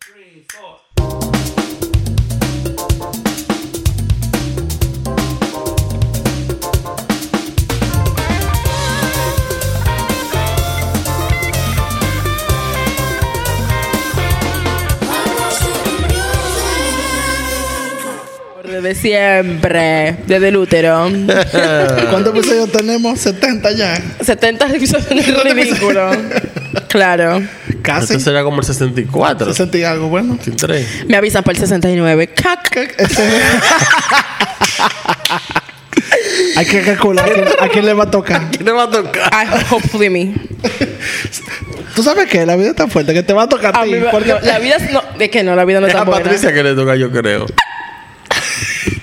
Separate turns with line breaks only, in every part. three, four.
Desde siempre, desde el útero.
¿Cuántos episodios tenemos? 70 ya.
70 episodios es ridículo. Claro.
Casi.
Este será como el 64.
60 y algo, bueno.
63.
Me avisan para el 69. Cac.
Hay que calcular a quién, a quién le va a tocar.
¿Qué te va a tocar?
I hopefully me.
¿Tú sabes qué? La vida es tan fuerte que te va a tocar a
A
ti.
mí va-
porque
no, la vida es- no, de que no, la vida no
Es
está
a
buena.
Patricia que le toca, yo creo.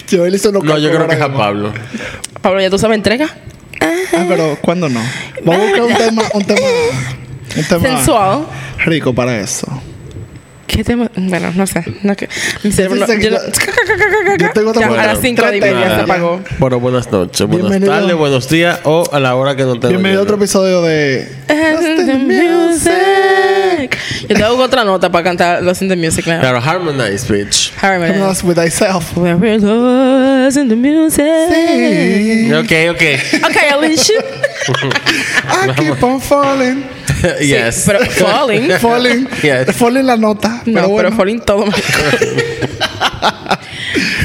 yo él hizo lo
No, yo creo que es a
calculadora.
Pablo.
Pablo, ¿ya tú sabes entrega?
Ah, pero ¿cuándo no? Vamos a buscar un tema, un tema, un tema
Sensual.
rico para eso.
¿Qué tema? Bueno, no sé. No, que, mi cerebro no-
Dice
yo, no-
Yo tengo otra
Ya,
pregunta.
a las 5 de media
Nada.
se apagó.
Bueno, buenas noches, buenas
Bienvenido.
tardes, buenos días o a la hora que no tenga.
Bienvenido a otro episodio de
And the music. Yo te hago otra nota para cantar Lost in the Music. Claro.
Claro, harmonize, bitch.
Harry
Come
Manuel.
Us With Thyself.
We're real lost in the music.
Ok, ok.
Okay, Alicia.
I keep on falling,
yes.
Pero falling.
falling,
Yes.
falling la nota.
No,
pero
pero,
bueno,
falling todo. marico.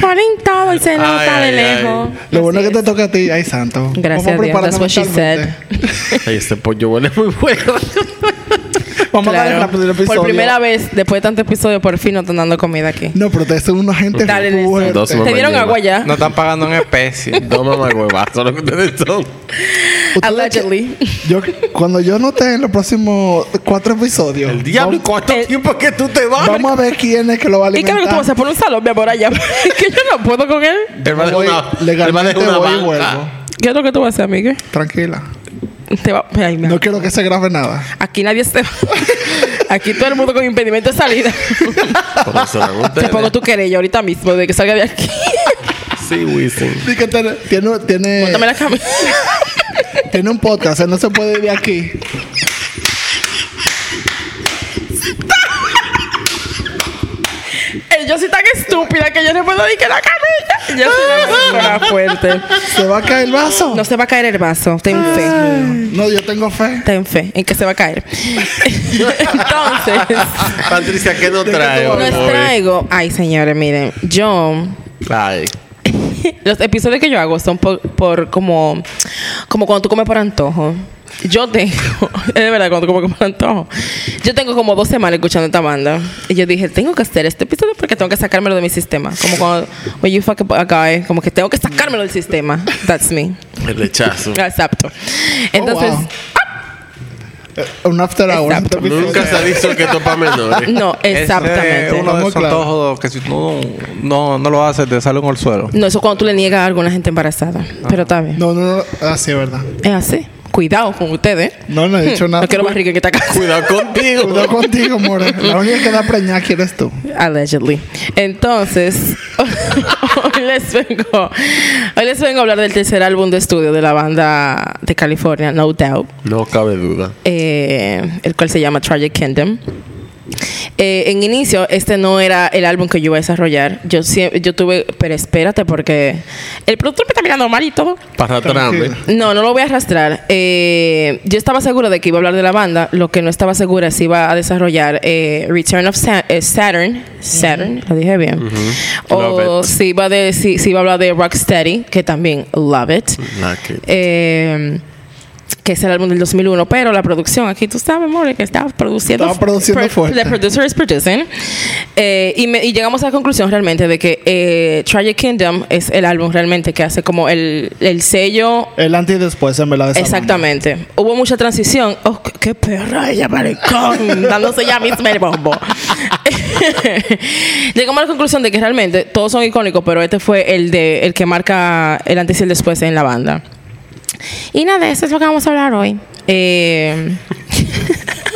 falling todo y se nota
Ay,
de
ay,
lejos.
lo bueno
Así
que te toca a ti, ay santo.
Gracias a
Vamos
Dios, that's what she
prepararnos
Ay, este pollo huele muy bueno.
mentalmente. Vamos a darle
Claro.
rápido el episodio.
Por primera vez, después de tantos episodios, por fin no están dando comida aquí.
No, pero ustedes son una gente
Dale, Nelson.
fuerte.
Dos
Te dieron
Mamá
agua ya.
No están pagando en especie.
No, mamá, huevazo, lo que ustedes son.
Ustedes-
Allegedly.
Yo, cuando yo noté en los próximos cuatro episodios,
El diablo, ¿y cuánto
el-
tiempo que tú te vas?
vamos a ver quién es que lo va a
¿Y qué es
alimentar.
lo que tú vas a poner un salón, mi amor, allá? que yo no puedo con él.
Él va a dejar
Voy-
una, él va a
legalmente
dejar una Ah.
voy y
banca.
vuelvo.
¿Qué es lo que tú vas a hacer, Miguel?
Tranquila.
Te va... Ay, mira.
No quiero que se grabe nada.
Aquí nadie se va. Aquí todo el mundo con impedimento de salida.
Por eso eran
Te
ustedes.
pongo tu querella ahorita mismo, de que salga de aquí.
Sí, Wisin.
Sí, que tiene, tiene,
Dame
tiene,
la camisa.
tiene un podcast, él no se puede ir de aquí.
Eh, Yo soy tan estúpida que yo no puedo ni que la camisa. Yo soy una persona fuerte.
Se va a caer el vaso.
No se va a caer el vaso. Ten fe.
No, yo tengo fe.
Ten fe en que se va a caer. Entonces,
Patricia, ¿qué nos trae?
les
hoy?
traigo. Ay, señores, miren. Yo.
Ay,
Los episodios que yo hago son por, por como, como cuando tú comes por antojo. Yo tengo, es de verdad, cuando tú comes por antojo. Yo tengo como dos semanas escuchando esta banda. Y yo dije, tengo que hacer este episodio porque tengo que sacármelo de mi sistema. Como cuando, when you fuck a guy, como que tengo que sacármelo del sistema. That's me.
el rechazo.
Exacto. Entonces,
wow. Eh, Un after hour.
Exacto.
este episodio.
Nunca se ha dicho que topa menores.
no, exactamente.
Ese Es Este, eh, uno de
Vamos
esos
claro.
antojos que si tú no, no, no lo haces, te sale un orzuelo.
No, eso cuando tú le niegas a alguna gente embarazada. Pero está bien.
No, no, no. Ah, sí, es verdad.
Es así. Cuidado con ustedes. ¿eh?
No, no he dicho nada.
No quiero más rico en esta casa.
Cuidado contigo.
Cuidado contigo, more. La única que da preñada aquí eres tú.
Allegedly. Entonces, hoy les vengo, hoy les vengo a hablar del tercer álbum de estudio de la banda de California, No Doubt,
No cabe duda.
eh, el cual se llama Tragic Kingdom. Eh, en inicio, este no era el álbum que yo iba a desarrollar. Yo siempre, yo tuve, pero espérate porque el productor me está mirando mal y todo.
Para trame.
Tranquila.
No, no lo voy a arrastrar. Eh, yo estaba segura de que iba a hablar de la banda. Lo que no estaba segura es si iba a desarrollar eh, Return of Sa- eh, Saturn. Saturn, lo dije bien. O
Love it.
si iba, de, si, si iba a hablar de Rocksteady, que también love it.
La Ah, que-
Eh, que es el álbum del 2001, pero la producción aquí, tú sabes, More, que estaba produciendo.
Estaba produciendo fuerte.
The producer is producing. Eh, y, me- y llegamos a la conclusión realmente de que eh, Tragic Kingdom es el álbum realmente que hace como el, el sello
El antes y después, en verdad. de esa
Exactamente. Hubo mucha transición. Oh, qué, qué perra ella, maricón. Dándose ya misma el bombo. Llegamos a la conclusión de que realmente todos son icónicos, pero este fue el de el que marca el antes y el después en la banda. Y nada, eso es lo que vamos a hablar hoy. Eh,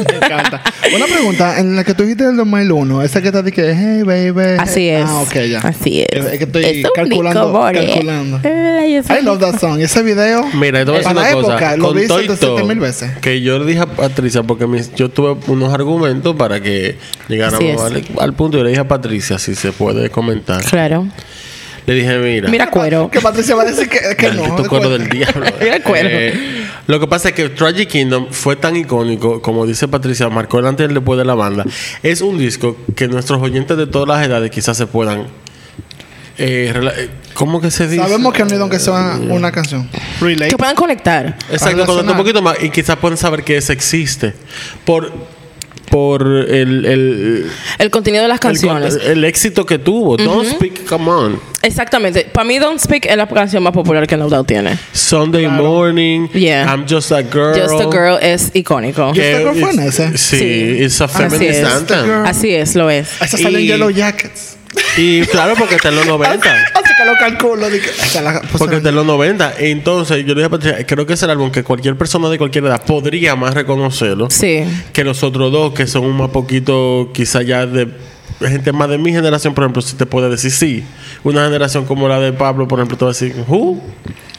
Me encanta. Una pregunta, en la que tú dijiste del 2001, esa que está de que, hey, baby.
así
hey".
es.
Ah, ok, ya.
Así es.
Es, es que estoy
Es un
calculando.
rico body.
calculando.
Eh, yo soy-
I love that song. Ese video.
Mira, yo te voy a decir
Para
una
la
cosa.
época, lo
con
vi
todo y
77 mil
todo,
veces.
Que yo le dije a Patricia, porque mis- yo tuve unos argumentos para que
Así es.
llegáramos al, al punto. Yo le dije a Patricia, si se puede comentar.
Claro.
Le dije, mira.
Mira cuero.
Que Patricia va a decir que, que no.
Maldito
de cuenta.
cuero del diablo.
Mira el cuero.
Eh, lo que pasa es que Tragic Kingdom fue tan icónico, como dice Patricia, marcó el antes y el después de la banda. Es un disco que nuestros oyentes de todas las edades quizás se puedan. eh, rela- eh, ¿Cómo que se dice?
Sabemos que no hay don que sea una canción. Relate.
Que puedan conectar.
Exacto,
Relacionar.
conozco un poquito más y quizás puedan saber que eso existe. Por, por el, el, el-
El contenido de las canciones.
el éxito que tuvo. Don't Speak, Come On.
Exactamente. Para mí, Don't Speak es la canción más popular que Laudao tiene.
Sunday Morning.
Yeah.
I'm Just a Girl.
Just a Girl es icónico.
Just a Girl fue en ese.
Sí,
Sí.
it's a
Así
feminist
es.
anthem.
Así es, lo es.
Esa sale en
Y-
Yellow Jackets.
Y claro, porque está en los 90.
Así que lo calculo. de que- esa la- pues,
Porque
sale-
está en los 90. Entonces, yo le dije a Patricia, creo que es el álbum que cualquier persona de cualquier edad podría más reconocerlo
Sí.
que los otros dos, que son un más poquito, quizá ya de gente más de mi generación, por ejemplo, si te puede decir sí. Una generación como la de Pablo, por ejemplo, te va a decir, "Who?".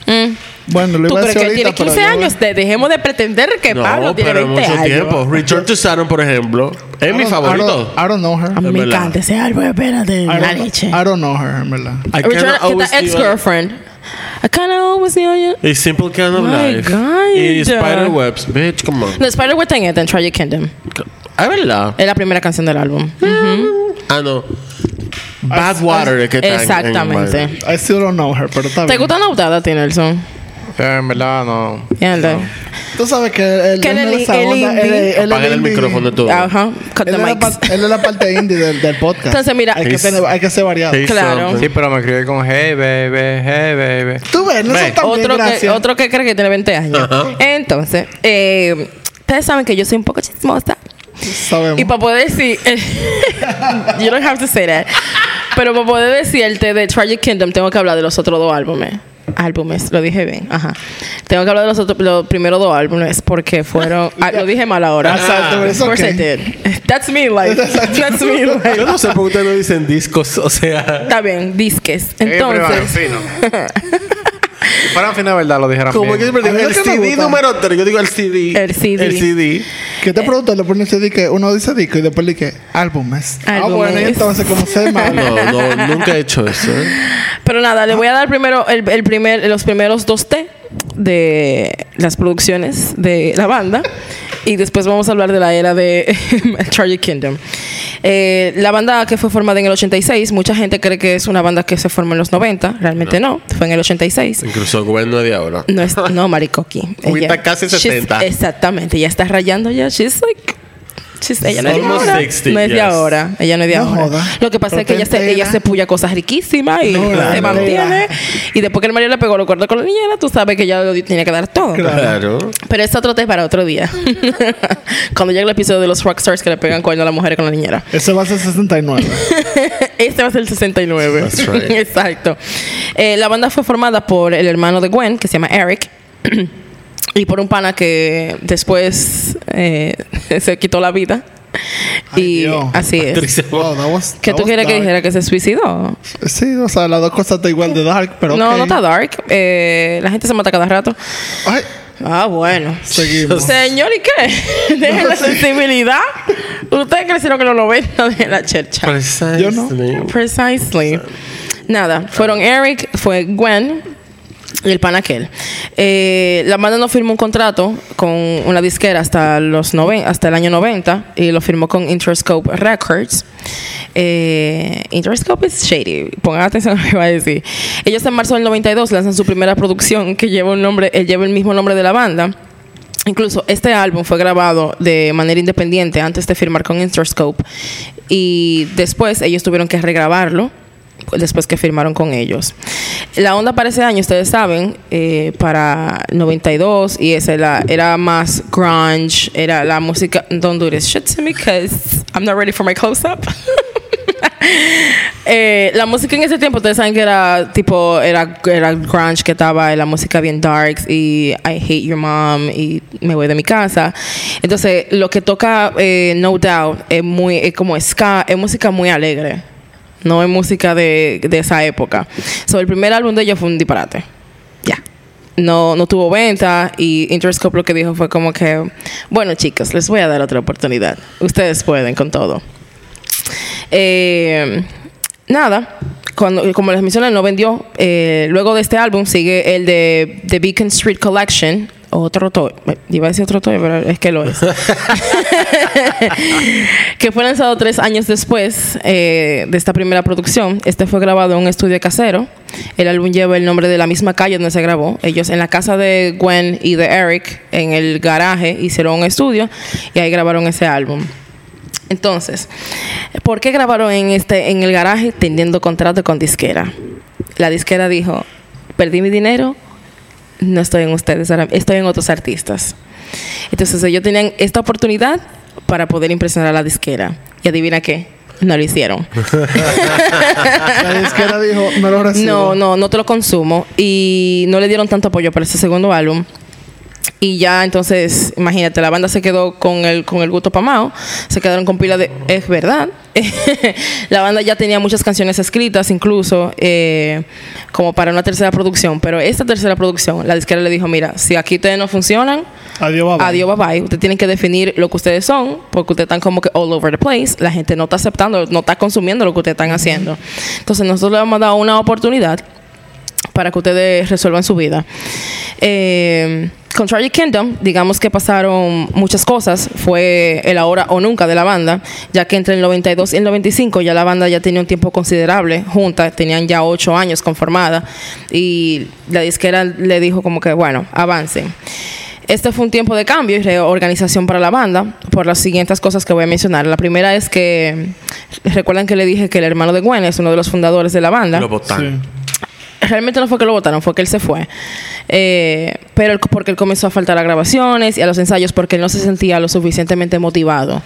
Mm.
Bueno, lo
¿Tú
iba a
crees
decir
que él tiene
ahorita.
15
pero yo-
años? De- dejemos de pretender que
No,
Pablo tiene
pero
20
mucho
años.
tiempo. Return to Saturn, por ejemplo, es
I
mi
don't-
favorito.
I don't, I don't know her.
A mí
Es
me
verdad.
encanta ese álbum, espérate.
I
La
don't,
leche.
I don't know her, en verdad.
I cannot
Richard, ¿qué
always
tal?
give up.
Ex-girlfriend. I kinda always knew you.
A simple kind of
My
life.
God.
Y Spiderwebs, bitch, come on.
No, Spider-Man está en esta, en Tragic Kingdom.
Es verdad.
Es la primera canción del álbum.
Mm. Ah, no. Bad Water es que está en- en
Exactamente.
Marvel.
I still don't know her, pero está
¿Te
bien.
gusta Nautada, ti, Nelson?
Eh, en verdad, no.
Mierda.
Tú sabes que el,
Que él
de
es
esa
el
onda,
indie.
él- él es
Apaguen el
indie.
micrófono de todo.
Ajá. Cut
Él
the
es, la
mics.
par- él es la parte indie del, del podcast.
Entonces, mira.
hay, que
Es-
tener, hay que ser variado.
Sí,
Claro.
something.
Sí, pero me escribí con hey, baby, hey, baby.
Tú ves, no son tan
Otro
bien,
que,
gracias.
otro que cree que tiene 20 años.
Ajá.
Entonces, eh, ustedes saben que yo soy un poco chismosa.
Sabemos.
Y para poder decir. you don't have to say that. Pero para poder decirte de Tragic Kingdom, tengo que hablar de los otros dos álbumes. Álbumes, lo dije bien, ajá. Tengo que hablar de los, otros, los primeros dos álbumes porque fueron. ah, lo dije mal ahora.
Exacto, pero
of
it's
course I
okay.
did. That's me, like. That's me, like.
Yo no sé por qué ustedes no dicen discos, o sea.
Está bien, disques.
Fueran
Entonces,
fino. Si fueran fino, de verdad, lo dijeran
Como que
bien.
siempre
A
digo,
mí lo
el
que me
CD
gusta-
número 3, yo digo el CD.
El CD.
El CD.
¿Qué
eh.
te preguntas? Le pones ese disco, uno dice disco y después le dice álbumes. Ah,
Álbumes.
bueno, y entonces, como se
Ah,
malo.
No, no, nunca he hecho eso. ¿eh?
pero nada, le voy a dar primero el, el primer, los primeros dos T de las producciones de la banda y después vamos a hablar de la era de Tragic Kingdom. Eh, la banda que fue formada en el 86, mucha gente cree que es una banda que se formó en los 90, realmente no, fue en el 86.
Incluso Gwen no es de ahora.
No, es, no maricoqui.
Uy,
Ella-
está casi
she's-
70.
Exactamente, ya está rayando ya. She's like. she's- ella no es de
Almost
ahora.
60,
no es de
yes.
ahora. Ella no es de
No
ahora.
joda.
Lo que pasa es que ella se,
Potentera.
ella se puya cosas riquísimas y
No,
se
claro.
mantiene. Y después que el marido le pegó los cuernos con la niñera, tú sabes que ya lo di- tenía que dar todo.
Claro.
Pero es otro tema para otro día. Cuando llegue el episodio de los rockstars que le pegan cuernos a la mujer con la niñera.
Ese va a ser 69.
Este va a ser el 69.
That's right.
Exacto. Eh, la banda fue formada por el hermano de Gwen, que se llama Eric, y por un pana que después eh, se quitó la vida.
Ay,
y
Dios.
así es.
Actriz.
wow, Oh, that was,
¿Qué
that
tú
was
quieres que
dark.
dijera que se suicidó?
Sí, o sea, las dos cosas están igual de dark, pero.
No,
ok.
no está dark. Eh, la gente se mata cada rato.
Ay,
Ah, bueno.
seguimos.
Señor, ¿y qué? Dejen la sensibilidad. Ustedes crecieron que los 90 de la chercha.
Pues,
Precisely.
Ah, Yo no.
Precisely. Nada, fueron Eric, fue Gwen y el pan aquel. Eh, la banda no firmó un contrato con una disquera hasta, los noven hasta el año 90 y lo firmó con Interscope Records. Eh, Interscope es shady, pongan atención a lo que voy a decir. Ellos en marzo del 92 lanzan su primera producción que lleva, un nombre, eh, lleva el mismo nombre de la banda. Incluso este álbum fue grabado de manera independiente antes de firmar con Interscope y después ellos tuvieron que regrabarlo después que firmaron con ellos. La onda para ese año, ustedes saben, eh, para 92 y esa era, era más grunge, era la música Don't do this shit to me because I'm not ready for my close up. eh, la música en ese tiempo, ustedes saben que era tipo, era, era grunge que estaba, eh, la música bien darks y I hate your mom y me voy de mi casa. Entonces, lo que toca eh, No Doubt es muy, es como ska, es música muy alegre. No es música de, de esa época. So, el primer álbum de ellos fue un disparate. Ya. No, no tuvo venta y Interscope lo que dijo fue como que, bueno chicos, les voy a dar otra oportunidad. Ustedes pueden con todo. Eh, nada, cuando, como les mencioné, no vendió. Eh, luego de este álbum sigue el de The Beacon Street Collection. Otro toy, Eh, iba a decir otro toy, pero es que lo es. que fue lanzado tres años después eh, de esta primera producción. Este fue grabado en un estudio casero. El álbum lleva el nombre de la misma calle donde se grabó. Ellos en la casa de Gwen y de Eric, en el garaje, hicieron un estudio y ahí grabaron ese álbum. Entonces, ¿por qué grabaron en este en el garaje teniendo contrato con disquera? La disquera dijo, "Perdí mi dinero, no estoy en ustedes, ahora, estoy en otros artistas." Entonces, ellos tenían esta oportunidad para poder impresionar a la disquera. Y adivina qué, no lo hicieron.
La disquera dijo, no lo recibo.
No, no, no te lo consumo. Y no le dieron tanto apoyo para ese segundo álbum. Y ya entonces, imagínate, la banda se quedó con el, con el gusto pamao, se quedaron con pila de... Es verdad. la banda ya tenía muchas canciones escritas, incluso eh, como para una tercera producción, pero esta tercera producción, la disquera le dijo, mira, si aquí ustedes no funcionan,
Adiós, baba.
Adiós, bye bye. Ustedes tienen que definir lo que ustedes son, porque ustedes están como que all over the place. La gente no está aceptando, no está consumiendo lo que ustedes están haciendo. Entonces, nosotros le vamos a dar una oportunidad para que ustedes resuelvan su vida. Eh, con Tragic Kingdom, digamos que pasaron muchas cosas. Fue el ahora o nunca de la banda, ya que entre el 92 y el 95 ya la banda ya tenía un tiempo considerable junta, tenían ya ocho años conformada y la disquera le dijo como que, bueno, avancen. Este fue un tiempo de cambio y reorganización para la banda por las siguientes cosas que voy a mencionar. La primera es que, recuerdan que le dije que el hermano de Gwen es uno de los fundadores de la banda
Lo botan.
realmente no fue que lo votaron, fue que él se fue. Eh, pero él- porque él comenzó a faltar a grabaciones y a los ensayos porque él no se sentía lo suficientemente motivado.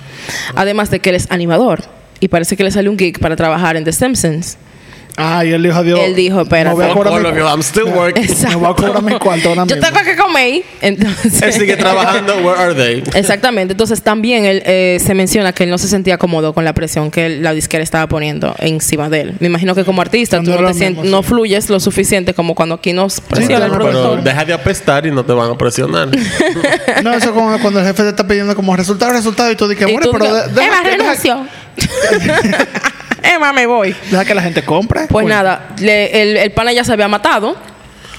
Además de que él es animador y parece que le salió un gig para trabajar en The Simpsons.
Ah, y él dijo adiós.
Él dijo, espérate.
No voy a
Fuck
cobrar
all of
mi-
you, I'm still working.
Me voy a cobrar mi cuarto ahora
Yo
mismo.
tengo que comer, entonces...
Él sigue trabajando. Where are they?
Exactamente. Entonces también él, eh, se menciona que él no se sentía cómodo con la presión que él- la disquera estaba poniendo encima de él. Me imagino que como artista tú
Cuando
no,
era
te sien-
mismo,
no
sí.
fluyes lo suficiente como cuando aquí nos presiona el
claro, pero-
productor.
Pero deja de apestar y no te van a presionar.
No, eso es como cuando el jefe te está pidiendo como resultado, resultado, y tú dices,
Y
bueno,
tú
pero
digas,
de- deja-
Emma,
deja-
renuncio. Emma, me voy.
Deja que la gente compre.
Pues nada, le- el, el pana ya se había matado,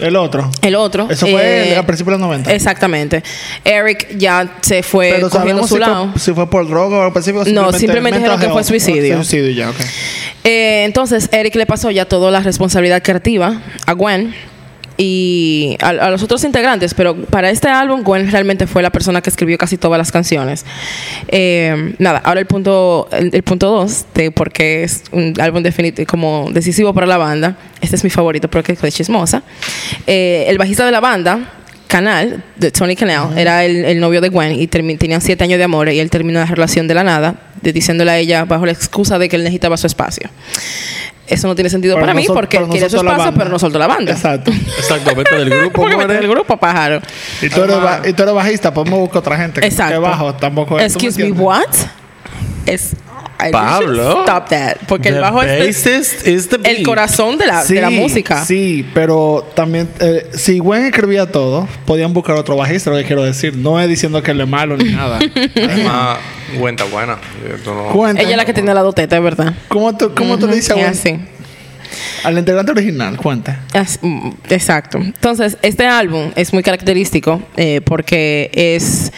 El otro.
el otro.
Eso fue
eh,
el- al principio de los 90.
Exactamente. Eric ya se fue
pero
Eh, cogiendo
sabemos
su
si
lado.
fue, si fue por droga o al principio.
No, simplemente dijeron que fue
mental health.
suicidio.
Suicidio ya, ok.
Eh, entonces, Eric le pasó ya toda la responsabilidad creativa a Gwen y a, a los otros integrantes, pero para este álbum Gwen realmente fue la persona que escribió casi todas las canciones. Eh, nada, ahora el punto el, el punto dos de por qué es un álbum definitivo como decisivo para la banda. Este es mi favorito porque es chismosa. Eh, el bajista de la banda Canal, de Tony Canal, era el, el novio de Gwen y termi- tenían siete años de amor y él terminó la relación de la nada, de- diciéndole a ella bajo la excusa de que él necesitaba su espacio. Eso no tiene sentido
Pero
para
no
mí
sol-
porque
pero
él
no
quiere su
soltó la
espacio,
banda.
pero no soltó la banda.
Exacto.
Exacto, vete del grupo,
Porque mete
muere.
el grupo, pájaro.
Y tú, eres, ba- y tú eres bajista, podemos buscar otra gente. que-
Exacto.
Que bajo, tampoco es. ¿tú
Excuse me,
entiendes?
what? Es I
Pablo.
should Stop that. Porque el
The
bajo es el,
bassist is the
el
beat.
corazón de la, de la
Sí,
música.
Sí, pero también, eh, si Gwen escribía todo, podían buscar otro bajista, lo que quiero decir. No es diciendo que él es malo ni nada.
Además, cuenta buena. Yo no-
Cuenta,
Ella es la que tiene la doteta, es verdad.
¿Cómo tú, cómo tú le dices a
Y
Gwen-
así.
al integrante original? Cuenta.
As- mm, Exacto. Entonces, este álbum es muy característico eh, porque es,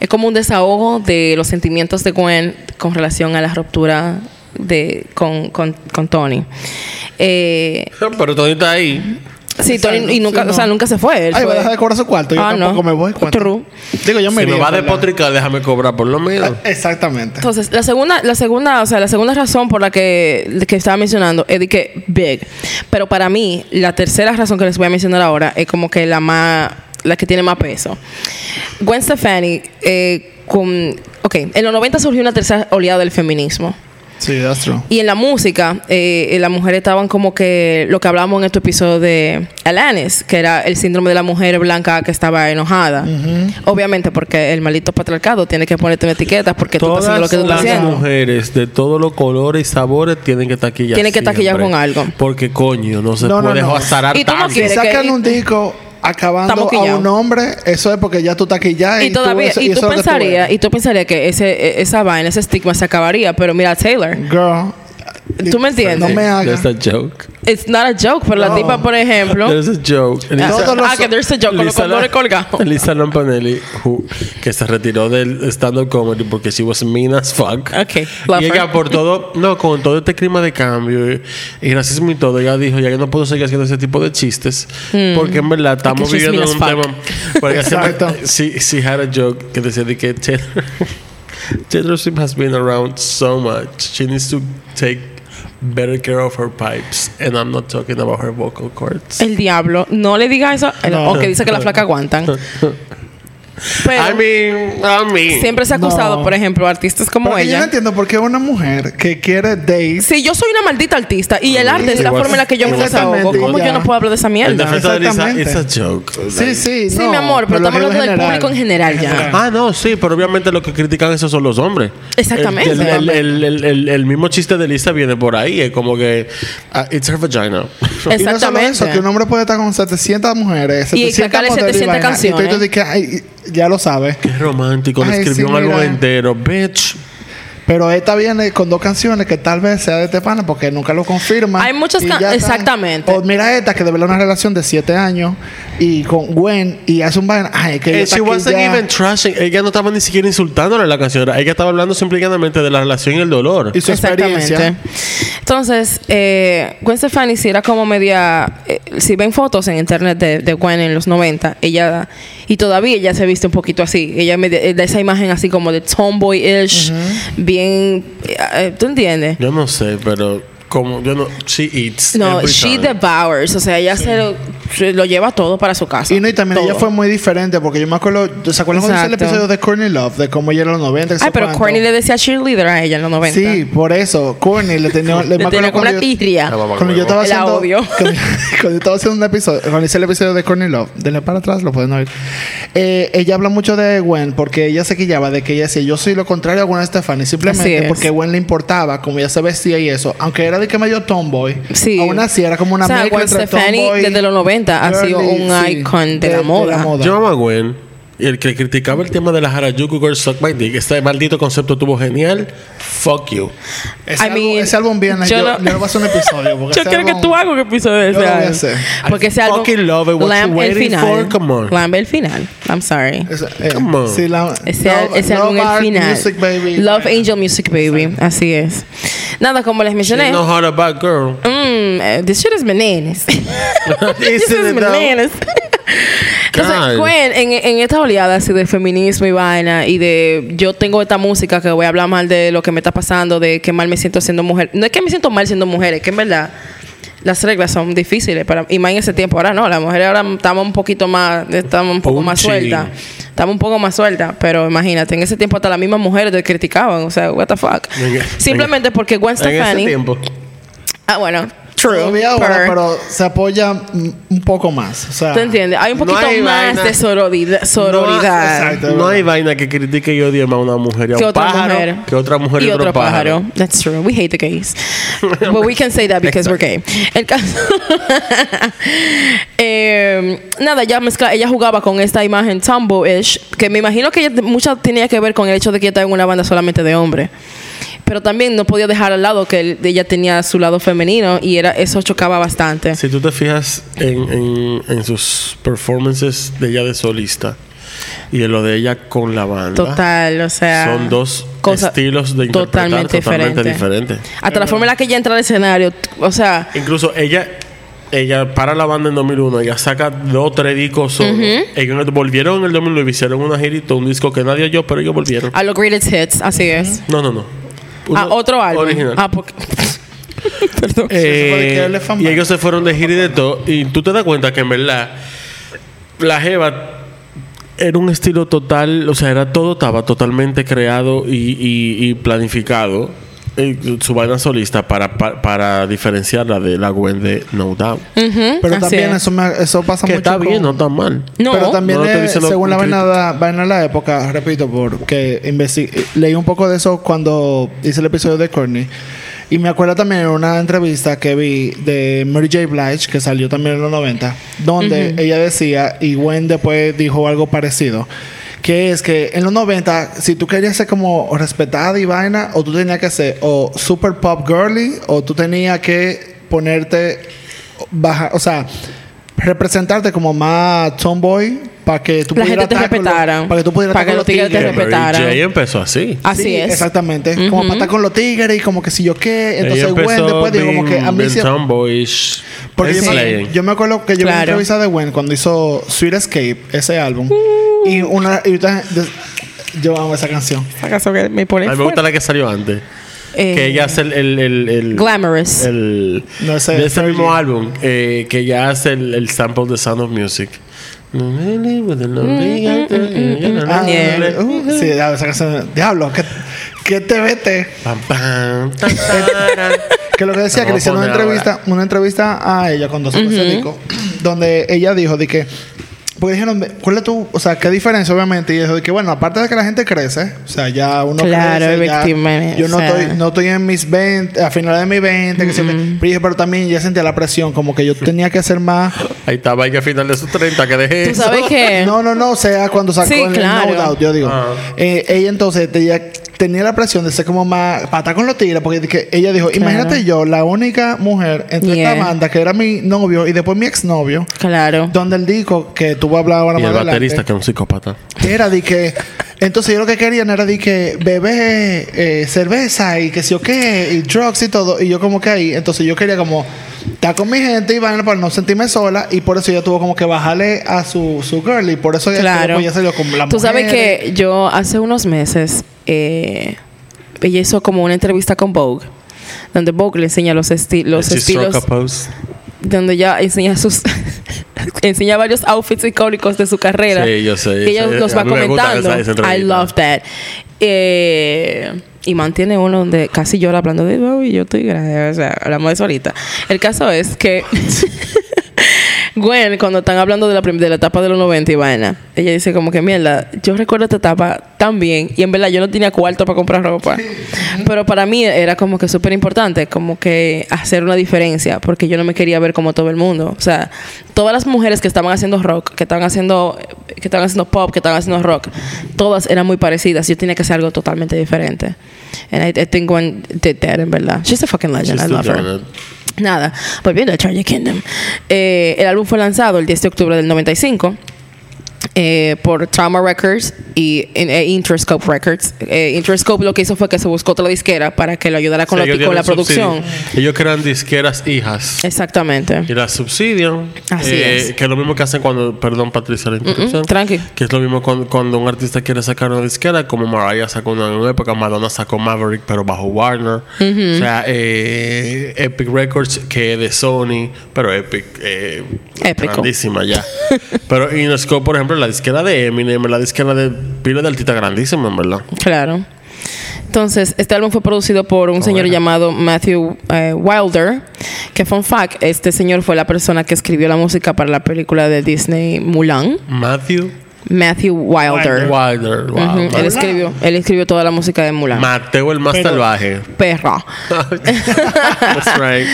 es como un desahogo de los sentimientos de Gwen con relación a la ruptura de, con, con, con Tony. Eh,
Pero Tony está ahí.
sí, Tony, y
Sí,
nunca,
no.
o sea, nunca se fue. él
Ay,
fue-
va a dejar de cobrar su cuarto. Yo
Ah, no.
tampoco me voy. cuenta.
True.
Digo, yo me
Si me
iría,
va a
¿verdad?
despotricar, déjame cobrar por lo menos.
Ah,
Exactamente.
Entonces, la segunda, la segunda, o sea, la segunda razón por la que, que estaba mencionando es de que big. Pero para mí, la tercera razón que les voy a mencionar ahora es como que la más, la que tiene más peso. Gwen Stefani, eh, con, ok, en los 90 surgió una tercera oleada del feminismo.
Sí, that's true.
Y en la música, eh, las mujeres estaban como que lo que hablamos en este episodio de Alanis, que era el síndrome de la mujer blanca que estaba enojada. Obviamente, porque el maldito patriarcado tiene que ponerte en etiquetas porque tú estás haciendo lo
Todas
que tú estás
las
haciendo.
mujeres de todos los colores y sabores tienen que taquillar.
Tienen que taquillar
siempre.
con algo.
Porque coño, no se
No, no,
puede
no.
azarar
Y tú no
tanto.
Si
quieres- Quiere que-
sacan un disco acabando
Estamos
a
quillados.
un hombre, eso es porque ya tú estás aquí ya.
Y todavía, y tú pensarías, y tú pensarías que ese, e- esa vaina, ese estigma se acabaría, pero mira Taylor,
Girl.
¿Tú me entiendes?
No me hagas.
There's a joke.
it's not a joke, pero la
No.
tipa, por ejemplo,
There's a joke.
Todos los-
ah, que there's a joke con los
Lisa
colores colgados.
Lisa Lampanelli, who- que se retiró del stand-up comedy porque she was mean as fuck.
Okay, love
y ella
her.
por todo, no, con todo este clima de cambio y, y racismo y todo, ella dijo, ya que no puedo seguir haciendo ese tipo de chistes, porque en verdad estamos
Mm. she's
viviendo en un
mean as
tema... Porque
Exacto.
siempre- She, she had a joke que decía de que Taylor, Taylor Swift has been around so much, she needs to take better care of her pipes, and I'm not talking about her vocal cords.
El diablo, no le diga eso,
No.
o que dice que las flacas aguantan. Pero
I mean, I mean...
siempre se ha acusado,
No.
por ejemplo, a artistas como
Porque yo no
ella.
entiendo por qué una mujer que quiere date.
Si yo soy una maldita artista y el arte es la
Igual-
forma en la que yo me
Exactamente,
desahogo, ¿cómo
ya.
yo no puedo hablar de esa
En
mierda?
defensa de Lisa,
Exactamente.
it's a joke.
Sí, sí.
Sí,
no,
mi amor, pero estamos
lo digo
hablando del público en general ya.
Ah, no, sí, pero obviamente lo que critican eso son los hombres.
Exactamente.
El, el- el- el- el- el mismo chiste de Lisa viene por ahí, es como que ah, it's her vagina.
Y no solo
Exactamente.
eso, que un hombre puede estar con 700 mujeres,
Y
700
sacarle
modelos
700
vaina, Y tú
canciones.
dices que ay, ya lo sabes.
Qué romántico, le
Ay,
escribió
sí,
un álbum
mira.
entero, bitch.
Pero esta viene eh, con dos canciones que tal vez sea de este pana porque nunca lo confirma.
Hay muchas
y
can-
ya está.
exactamente.
O mira esta que de verdad una relación de 7 años y con Gwen y hace un vaina. Ay, que
Eh,
ella está
she
aquí
wasn't
ya.
even trashing. Ella no estaba ni siquiera insultándole a la canción. Era- Ella estaba hablando simplemente de la relación y el dolor.
Y su experiencia.
Entonces, eh, Gwen Stefani si era como media... eh, si ven fotos en internet de, de Gwen en los 90, ella... Y todavía ella se viste un poquito así. Ella me da esa imagen así como de tomboy-ish, bien... eh, eh, ¿Tú entiendes?
Yo no sé, pero como yo no. She eats.
No,
every
she
time.
devours. O sea, ella se, lo, se lo lleva todo para su casa.
Y no, y también
Todo.
ella fue muy diferente porque yo me acuerdo, ¿se acuerdan cuando hice el
Exacto.
episodio de Courtney Love? De cómo ella era los 90. que
Ay,
sé
pero
cuánto?
Courtney le decía cheerleader a ella en los 90.
Sí, por eso. Courtney le tenía... le, me
Le
acuerdo
tenía como
cuando
una
yo-
tirria.
La mamá
Cuando yo
huevo.
estaba
La
haciendo.
odio.
Cuando, cuando yo estaba haciendo un episodio, cuando hice el episodio de Courtney Love, denle para atrás, lo pueden oír. Eh, ella habla mucho de Gwen porque ella se quillaba de que ella decía, yo soy lo contrario a Gwen Stefani,
Así
simplemente
es.
porque Gwen le importaba cómo ella se vestía y eso. Aunque era de que medio tomboy,
Sí.
aún así era como una
O sea,
mezcla
Gwen
entre
Stefani
tomboy,
desde los 90 ha sido un icon de la moda.
Yo amo a Gwen. Y el que criticaba el tema de la Harajuku Girl Suck My Dick, este maldito concepto tuvo genial. Fuck you.
Ese,
I
álbum-
mean,
ese álbum viene, yo,
yo
yo
no-
le voy a hacer un episodio. porque
Yo
ese
quiero que
álbum-
tú hagas un episodio de ese
Yo lo voy a
álbum.
hacer.
Porque ese álbum.
fucking love it. What you
Lamb el
waiting
final.
for? Come on.
Lamb el final. I'm sorry.
Ese- eh,
Come on.
sí, la-
Ese,
Love-
ese
Love
álbum el
Art
final.
Music, baby.
Love Angel Music Baby. Así es. Nada, como les
You
mencioné.
know how to bad girl.
Mm, eh, this shit is bananas. this
Isn't
is
it though?
bananas. Entonces,
God.
Gwen, en, en esta oleada así de feminismo y vaina, y de yo tengo esta música que voy a hablar mal de lo que me está pasando, de qué mal me siento siendo mujer. No es que me siento mal siendo mujer, es que en verdad las reglas son difíciles para y más en ese tiempo ahora no las mujeres ahora estamos un poquito más estamos un poco
Un
más
chilling.
sueltas estamos un poco más sueltas pero imagínate en ese tiempo hasta las mismas mujeres te criticaban o sea what the fuck
En- en-
simplemente porque Gwen
En ese
Stefani
tiempo.
ah bueno
Todavía ahora,
Per.
pero se apoya mm, un poco más. O sea,
¿Tú entiendes? Hay un
No
poquito
hay
más
vaina.
de sororidad, sororidad
exacto.
No hay vaina que critique y odie más a una mujer y a
que
un
otra
pájaro
mujer.
que otra mujer
y
otro, pájaro.
That's true. We hate the gays. But we can say that because we're gay. El caso. Eh, nada, ella, mezcla, ella jugaba con esta imagen tomboy-ish, que me imagino que ella- mucha tenía que ver con el hecho de que ella estaba en una banda solamente de hombres. Pero también no podía dejar al lado que él- ella tenía su lado femenino y era eso chocaba bastante.
Si tú te fijas en, en- en sus performances de ella de solista y en lo de ella con la banda.
Total, o sea.
Son dos
cosa
estilos de interpretar totalmente, diferentes.
Hasta la forma en la que ella entra al escenario, t- o sea,
Incluso ella ella para la banda en 2001, ella saca dos tres discos solos. Ellos volvieron en el 2009, hicieron una girita, un disco que nadie oyó, pero ellos volvieron.
a los greatest hits, así es.
No, no, no.
a
Uno
otro álbum.
Original.
Ah, porque- Perdón.
Eh,
Eso fue de que él es fan
y ellos se fueron de gira y de todo. Y tú te das cuenta que en verdad la Jeva era un estilo total, o sea, era todo estaba totalmente creado y, y- y planificado. eh, su vaina solista para, para, para diferenciarla de la Gwen de No Doubt.
Ujú,
Pero
así
también
es.
eso, me- eso pasa
Que
mucho.
está
con-
bien, no está mal.
No.
Pero también,
No, no te
es-
dice lo-
según la
lo que-
vaina, da- vaina de la época, repito, porque investi- leí un poco de eso cuando hice el episodio de Courtney. Y me acuerdo también en una entrevista que vi de Mary J. Blige, que salió también en los 90, donde ella decía, y Gwen después dijo algo parecido, que es que en los 90, si tú querías ser como respetada y vaina, o tú tenías que ser o super pop girly, o tú tenías que ponerte baja, o sea, representarte como más tomboy para que tú
La gente te
estar con los-
respetara.
para que tú pudieras
Para
estar
que
con
los tigres te
Que Mary
respetara.
J empezó así.
Así
Sí,
es.
Exactamente. Como para estar con los tigres y como que si yo qué. Entonces,
Ella
Gwen
empezó
después digo como que a mí
bien
siempre.
tomboyish.
Porque yo
Slaying.
me, yo me acuerdo que yo vi una
Claro.
entrevista de Gwen cuando hizo Sweet Escape, ese álbum.
Uh.
Y una. y una- de- yo amo esa canción.
¿Acaso que me pone
A mí me gusta la que salió antes.
Eh,
que ella hace el. el, el, el-
Glamorous.
el-
No, ese
de
es
ese
Fergie.
mismo álbum. eh, que ella hace el, el sample de Sound of Music.
Mm, Ah,
Yeah.
uh, sí, ya, esa canción. Diablo, que, que te vete.
Pam, pam, ta, ta, ta.
Que lo que decía, que le
Vamos a
hicieron una
poner
entrevista, una entrevista a ella cuando se ese disco, donde ella dijo de que. Porque dijeron, ¿cuál es tu, o sea, qué diferencia obviamente? Y ella dijo de que, bueno, aparte de que la gente crece, o sea, ya uno
Claro,
crece, ya-
efectivamente,
yo no,
o sea.
estoy, no estoy en mis 20, a finales de mis 20, que siempre- pero, dije, pero también ya sentía la presión, como que yo tenía que ser más...
Ahí estaba ella a final de sus 30, que dejé.
Tú
eso.
sabes que.
No, no, no, o sea, cuando sacó
Eh. Sí,
el
claro.
No Doubt, yo digo.
Ah.
Eh, ella entonces tenía, tenía la presión de ser como más pata con los tigres, porque de que ella dijo, imagínate yo, la única mujer entre
Yeah.
esta banda que era mi novio y después mi exnovio,
Claro.
donde el disco que tú vas a hablar ahora
Y
más
el
adelante,
baterista, que es un psicópata.
era de que... Entonces yo lo que querían era de que bebé, eh, cerveza y que sí o qué, y drugs y todo. Y yo como que ahí, entonces yo quería como estar con mi gente y vaina para no sentirme sola. Y por eso ella tuvo como que bajarle a su, su girl. Y por eso ella
Claro.
después ya salió con la
Tú sabes
mujer.
que yo hace unos meses eh, ella hizo como una entrevista con Vogue, donde Vogue le enseña los, esti- los
She struck
estilos,
a pose.
donde ella enseña sus enseña varios outfits icónicos de su carrera.
Sí, yo sé,
Y ella
esa-
los
a
va
mí me gusta esa-
comentando.
esa entrevista.
I love that. Eh, y mantiene uno donde casi llora hablando de Vogue y yo estoy grave. O sea, hablamos de eso ahorita. El caso es que Gwen, cuando están hablando de la, prim- de la etapa de los 90 y vaina, ella dice como que, mierda, yo recuerdo esta etapa tan bien y en verdad yo no tenía cuarto para comprar ropa. Pero para mí era como que súper importante, como que hacer una diferencia, porque yo no me quería ver como todo el mundo. O sea, todas las mujeres que estaban haciendo rock, que estaban haciendo, que estaban haciendo pop, que estaban haciendo rock, todas eran muy parecidas. Yo tenía que hacer algo totalmente diferente. And I, I think Gwen did that, en verdad. She's a fucking legend.
She's
I
still
love her.
doing it.
Nada, volviendo a Charlie Kingdom. Eh, el álbum fue lanzado el 10 de octubre del 95 eh, por Trauma Records y en- eh, Interscope Records. Eh, Interscope lo que hizo fue que se buscó otra disquera para que lo ayudara con,
Sí,
la-
ellos
con la
dieron
producción.
subsidio. Ellos crean disqueras hijas.
Exactamente.
Y las subsidian.
Así
eh,
es.
Que es lo mismo que hacen cuando. Perdón, Patricia, la interrupción.
tranqui.
Que es lo mismo cuando, cuando un artista quiere sacar una disquera, como Mariah sacó una en una época, Madonna sacó Maverick, pero bajo Warner. O sea, eh, Epic Records, que es de Sony, pero Epic. Eh,
Épico.
Grandísima ya. pero Interscope, por ejemplo, la disquera de Eminem, la disquera de pila de artistas grandísima, en verdad.
Claro. Entonces, este álbum fue producido por un señor
Oh, bueno.
llamado Matthew eh, Wilder, que fun fact, este señor fue la persona que escribió la música para la película de Disney Mulan,
Matthew
Matthew Wilder.
Wilder. wow,
Ujú, Él
Matthew.
escribió, él escribió toda la música de Mulan.
Mateo el más
Pero-
salvaje.
Perra.
That's right.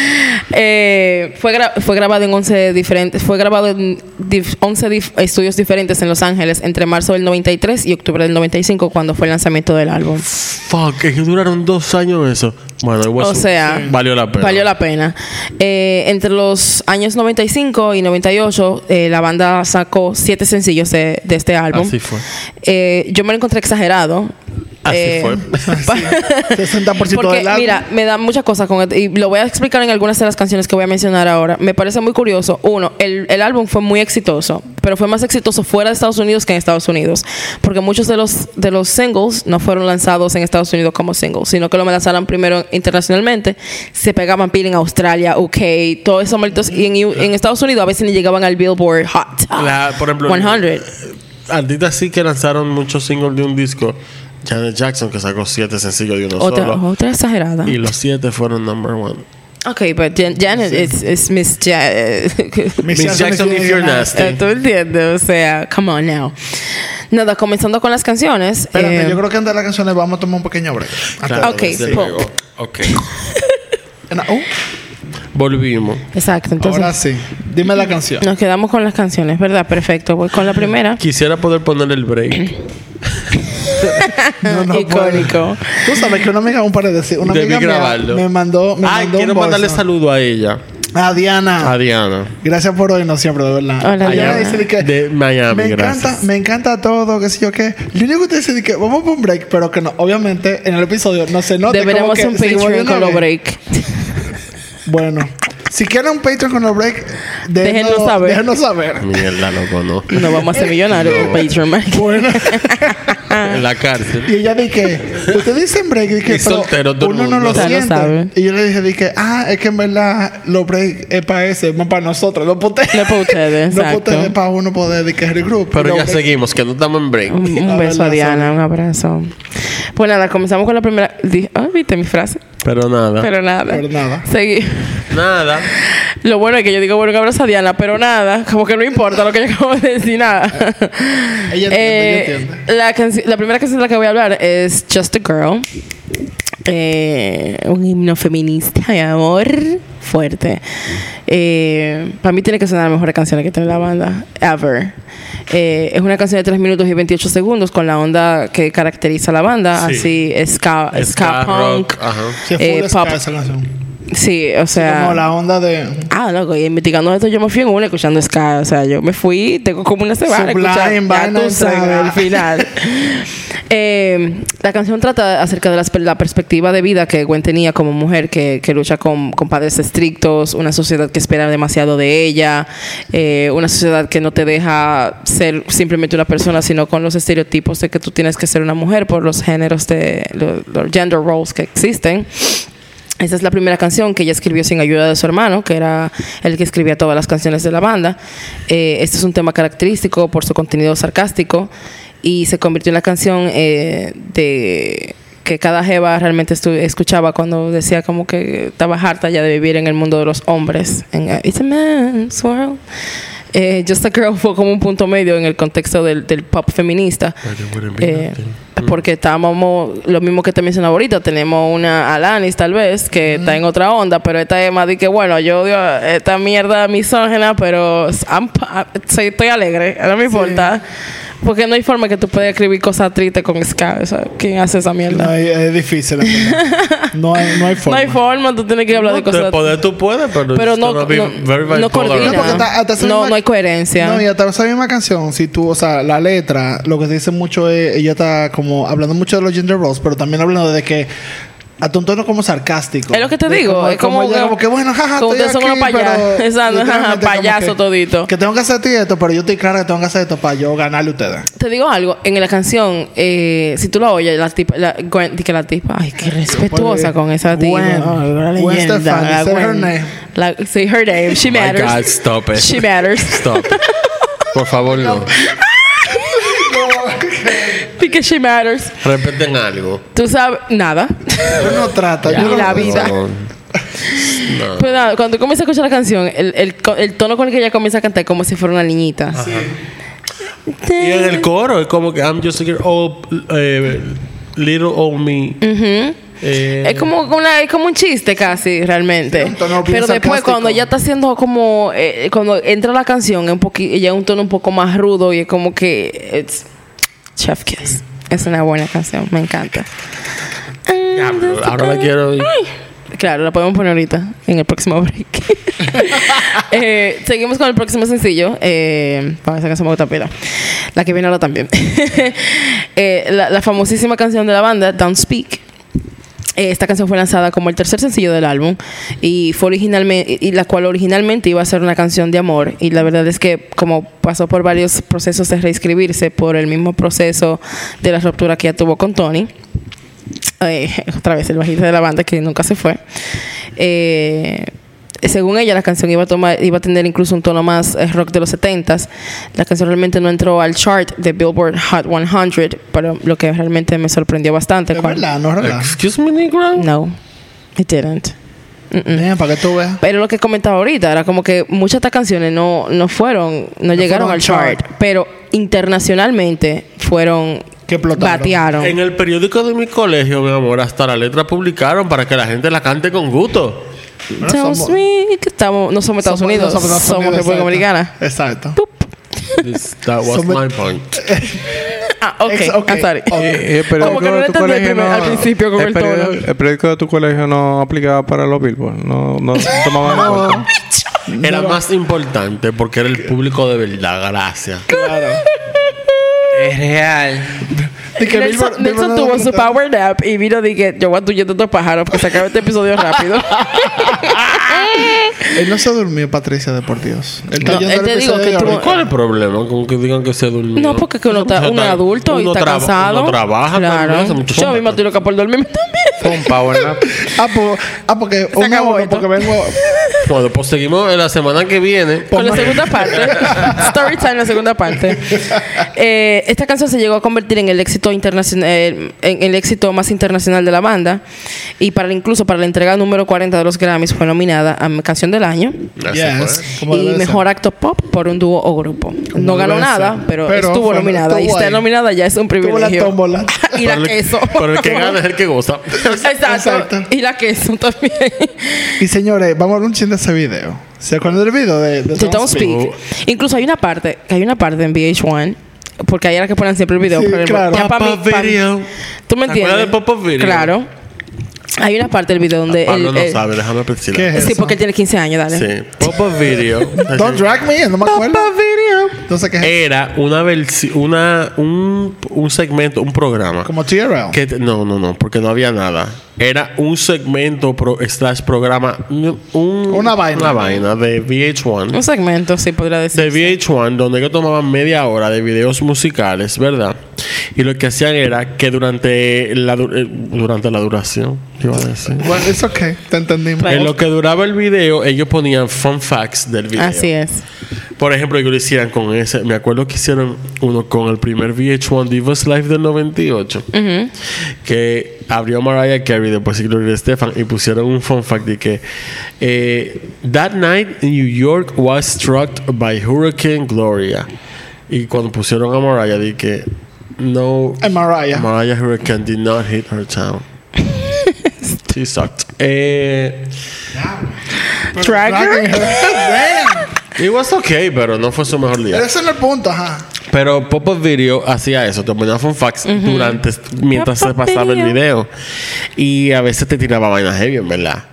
Eh, fue, gra- fue grabado en 11 diferentes, fue grabado en dif- 11 dif- estudios diferentes en Los Ángeles entre marzo del 93 y octubre del 95 cuando fue el lanzamiento del álbum.
Fuck, es que duraron dos años en eso. Bueno, it was-
O sea,
valió la pena.
Valió la pena. Eh, entre los años 95 y 98, eh, la banda sacó siete sencillos de, de este álbum.
Así fue.
Eh, yo me lo encontré exagerado.
Así
Eh,
fue. Ah,
60%
Porque,
del álbum.
mira, me da muchas cosas con este, y lo voy a explicar en algunas de las canciones que voy a mencionar ahora. Me parece muy curioso. Uno, el, el álbum fue muy exitoso, pero fue más exitoso fuera de Estados Unidos que en Estados Unidos, porque muchos de los de los singles no fueron lanzados en Estados Unidos como singles, sino que lo lanzaron primero internacionalmente. Se pegaban pila en Australia, UK, todos esos malditos y en, en Estados Unidos a veces ni llegaban al Billboard Hot
La- por ejemplo,
100.
Artistas sí que lanzaron muchos singles de un disco. Janet Jackson, que sacó siete sencillos de uno
Otra,
solo.
otra exagerada.
Y los siete fueron number one.
Ok, pero Jan- Janet es es Miss Janet.
Miss
Miss Jackson, if you're nasty.
Eh, ¿Tú entiendes? O sea, come on now. Nada, comenzando con las canciones.
Espérate,
eh,
yo creo que antes de las canciones vamos a tomar un pequeño break.
Claro,
Ok,
desde
pop.
luego. Ok.
Ana- uh,
Volvimos.
Exacto, entonces
ahora sí. Dime la canción.
nos quedamos con las canciones, ¿verdad? Perfecto, voy con la primera.
Quisiera poder poner el break
No, no
Icónico.
puedo. Tú sabes que una amiga, un par de decir, una
de mí
amiga mía
grabarlo.
me mandó. Me
Ay,
mandó
quiero
un Ah. voice
mandarle
note.
saludo a ella,
A Diana.
a Diana,
Gracias por hoy, no siempre, de verdad.
Hola, Diana.
dice de que,
de Miami.
me encanta,
gracias.
me encanta todo, qué sé yo qué. Lo único que usted dice de que vamos por un break, pero que no, obviamente en el episodio no se nota.
Deberemos un Patreon con los
breaks
break.
Bueno, si quieren un Patreon con los break,
Déjenos
déjenos
saber.
saber. Déjenos saber.
Mierda, loco, no.
No vamos a ser millonarios con Patreon. man.
Bueno,
En la cárcel.
y ella dije, ustedes dicen break, dije,
Y soltero todo el
uno no
mundo.
lo
Ya lo
siente.
saben.
y yo le dije, dije, ah, es que en verdad los break es para ese, no para nosotros, no para ustedes.
No para ustedes,
No para ustedes,
exacto.
para uno poder dedicar el grupo.
Pero
Los
ya
break-
seguimos, que no estamos en break.
Un, un
A ver,
beso a
la
Diana, un abrazo. Pues nada, comenzamos con la primera. Di- Ah, viste mi frase.
Pero
Ah.
nada.
Pero nada.
Pero nada.
Segui-
Nada.
Lo bueno es que yo digo, bueno, un abrazo a Diana, pero nada, como que no importa lo que yo acabo de decir, nada. Eh,
ella entiende, ella entiende.
La, canci- la primera canción de la que voy a hablar es Just a Girl. Eh, un himno feminista y amor fuerte. Eh, para mí tiene que ser una de las mejores canciones que tiene la banda, ever. Eh, es una canción de 3 minutos y 28 segundos con la onda que caracteriza a la banda,
Sí.
así ska, ska, punk.
rock, Ajá.
Se fue
eh,
un
pop.
ska esa canción.
Sí, o sea.
Como la onda de
Ah, loco, y investigando esto, yo me fui en una escuchando Ska. O sea, yo me fui, tengo como una semana
Sublime,
escuchando. Ya
vaina
tú sabes,
entregada.
al final. Eh, la canción trata acerca de las- la, perspectiva de vida que Gwen tenía como mujer que, que lucha con, con padres estrictos, una sociedad que espera demasiado de ella, eh, una sociedad que no te deja ser simplemente una persona, sino con los estereotipos de que tú tienes que ser una mujer por los géneros de los, los gender roles que existen. Esa es la primera canción que ella escribió sin ayuda de su hermano, que era el que escribía todas las canciones de la banda. Eh, este es un tema característico por su contenido sarcástico y se convirtió en la canción eh, de que cada jeva realmente estu- escuchaba cuando decía como que estaba harta ya de vivir en el mundo de los hombres. En, eh, It's a man's world. Eh, Just a Girl fue como un punto medio en el contexto del, del pop feminista. Eh, porque estábamos, lo mismo que te mencionaba ahorita, tenemos una Alanis tal vez, que está en otra onda, pero esta es más de que, bueno, yo odio esta mierda misógena, pero I'm pa- soy- estoy alegre, no me importa. Porque no hay forma que tú puedas escribir cosas tristes con Ska, o sea, ¿quién hace esa
no,
mierda?
es, es difícil. la verdad. No hay, no hay
No
forma.
hay forma, tú tienes que hablar de
Te
cosas.
poder tú puedes, pero,
Pero
it's
no,
gonna be
no,
very, very
no
tolerant.
coordina.
No, porque hasta- hasta esa
No,
misma-
no hay coherencia.
No, y hasta esa misma canción, si tú, o sea, la letra, lo que se dice mucho es, ella está como hablando mucho de los gender roles, pero también hablando de que a tu tono como sarcástico.
Es lo que te
De
digo,
como-
es como
ella
que-
como que bueno, jaja,
como
estoy
ustedes son
aquí,
unos payas-
pero
Exacto,
literalmente
ajá,
como
payaso
que-
todito.
Que tengo que hacer esto y esto, pero yo estoy clara que tengo que hacer esto para yo ganarle a ustedes.
Te digo algo, en la canción, eh, si tú la oyes, la tipa, la, Gwen- di que la tipa, ay, qué respetuosa con esa tipa.
Gwen.
Ay, una
Gwen
leyenda,
Stefani,
la
say her
Gwen.
name.
La- say her name, she
My
matters.
God, stop it.
She matters.
Stop. Por favor, no.
Di que she matters.
Repiten algo.
Tú sabes, nada.
Yo no trata. yo
Y
no-
la vida.
No. No.
Pero Pues nada, cuando tú comienzas a escuchar la canción, el, el, co- el tono con el que ella comienza a cantar es como si fuera una niñita.
Y en el coro es como que I'm just a girl, oh, eh, little old me. Eh,
Es como, una, es como un chiste casi, realmente.
Sí, un tono bien
Pero después,
sarcástico.
cuando ya está haciendo como. eh, cuando entra la canción, es un poqui- ya es un tono un poco más rudo y es como que. It's Chef Kiss. Es una buena canción, me encanta.
Diablo, ahora la quiero oír.
Ay. Claro, la podemos poner ahorita, en el próximo break. Eh, seguimos con el próximo sencillo. Eh, para esa canción me gusta pila. La que viene ahora también. Eh, la, la famosísima canción de la banda, Don't Speak. Eh, Esta canción fue lanzada como el tercer sencillo del álbum y fue originalmente y la cual originalmente iba a ser una canción de amor y la verdad es que como pasó por varios procesos de reescribirse por el mismo proceso de la ruptura que ya tuvo con Tony eh, otra vez el bajista de la banda que nunca se fue. Eh, según ella, la canción iba a, tomar, iba a tener incluso un tono más eh, rock de los 70s. La canción realmente no entró al chart de Billboard Hot 100, pero lo que realmente me sorprendió bastante.
Es
cuando-
verdad, no es verdad.
Excuse me, Negro.
No, it didn't.
Damn, para que tú veas.
Pero lo que comentaba ahorita era como que muchas de estas canciones no, no fueron, no, llegaron
fueron
al
al
chart,
chart.
pero internacionalmente fueron
Que explotaron.
batearon.
En el periódico de mi colegio, mi amor, hasta la letra publicaron para que la gente la cante con gusto.
Bueno,
Tells
Ah, somos-
me que estamos, no somos Estados
somos-
Unidos,
somos
somos,
Estados Unidos,
República Dominicana.
Exacto.
This- that was
Somos-
my point.
Ah, ok,
Ex- ok. Oh,
I'm sorry.
Ok.
Eh, el
Como
periódico
que no
de
le
tu
entendí
colegio
primer-
no-
al principio con el tono.
periódico- el periódico de tu colegio no aplicaba para los billboard. No, no tomaba en cuenta.
Era más importante porque era el público de verdad, gracias.
Claro.
Es real.
Y que
Nelson,
Billboard-
Nelson
Billboard
tuvo
no-
su power nap y vino dije, yo voy a tuyendo estos pájaros porque se acaba este episodio rápido.
Él no se durmió, Patricia, de por Dios. Él
No,
oyendo
él te
el
digo
episodio
que
de
tuvo-
ahora.
¿Cuál es el problema con que digan que se durmió?
no, porque que uno
O
está
sea,
un adulto y
uno
está
traba-
cansado.
Uno trabaja
claro. Yo misma estoy loca por dormirme también.
Fue un power nap.
Ah, po- ah, porque un
acabó
euro,
esto.
porque vengo.
Bueno, pues seguimos en la semana que viene.
Con la segunda parte. Story time, la segunda parte. Eh, esta canción se llegó a convertir en el éxito internacional, eh, en el éxito más internacional de la banda. Y para incluso para la entrega número 40 de los Grammys fue nominada a Canción del Año.
Así
Yes. pues.
fue.
como
pues. y
debe ser.
mejor acto pop por un dúo o grupo. No
debe
ganó
ser.
nada, pero,
Pero
estuvo
fue-
nominada. y
estuvo
estar
ahí.
nominada ya es un
la
privilegio.
tómbola.
y la
Pero el-
queso.
Pero el que gana es el que goza.
Exacto.
Exacto.
Y la queso también.
Y señores, vamos a hablar un chin de ese video. ¿Se acuerdan del video de, de
De Don't Speak.
Speak.
Incluso hay una parte, que hay una parte en VH1, porque ahí era que ponen siempre el video.
Sí,
pero
claro.
ya pa'
Pop-up
mí- pa' mí-
video.
¿Tú me
¿Te
entiendes?
acuerdas de pop-up video?
Claro. Hay una parte del video donde
Pablo
él-
no
él-
sabe, déjame pensar.
¿Qué es?
Sí,
Eso.
porque él tiene 15 años, dale.
Sí. Pop-up video.
Don't drag me, no me acuerdo.
video.
Entonces, ¿qué es?
Eh,
Era una versi- una un, un segmento, un programa.
Como TRL.
Que te- no, no, no, porque no había nada. Era un segmento pro- slash programa, un- un-
Una vaina.
una vaina de VH1
Un segmento, sí, podría decir.
de VH1 donde ellos tomaban media hora de videos musicales, ¿verdad? Y lo que hacían era que durante la du- eh, durante la duración, iba a decir.
Bueno, it's okay, te entendimos.
Right.
En lo que duraba el video, ellos ponían fun facts del video.
Así es.
Por ejemplo, ellos lo hicieron con ese. Me acuerdo que hicieron uno con el primer VH1 Divas Live del 98. Que abrió Mariah Carey después de Gloria Estefan y pusieron un fun fact de que eh, That night in New York was struck by Hurricane Gloria. Y cuando pusieron a Mariah, de que no.
Ay, Mariah.
Mariah Hurricane did not hit her town. She sucked. Eh,
Dragging her. Damn.
it was okay, pero no fue su mejor día.
Pero ese no es el punto, ajá.
Pero Pop Up Video hacía eso, te ponía fun facts durante mientras se
Pop-up
pasaba el
video.
video. Y a veces te tiraba vainas heavy, en verdad.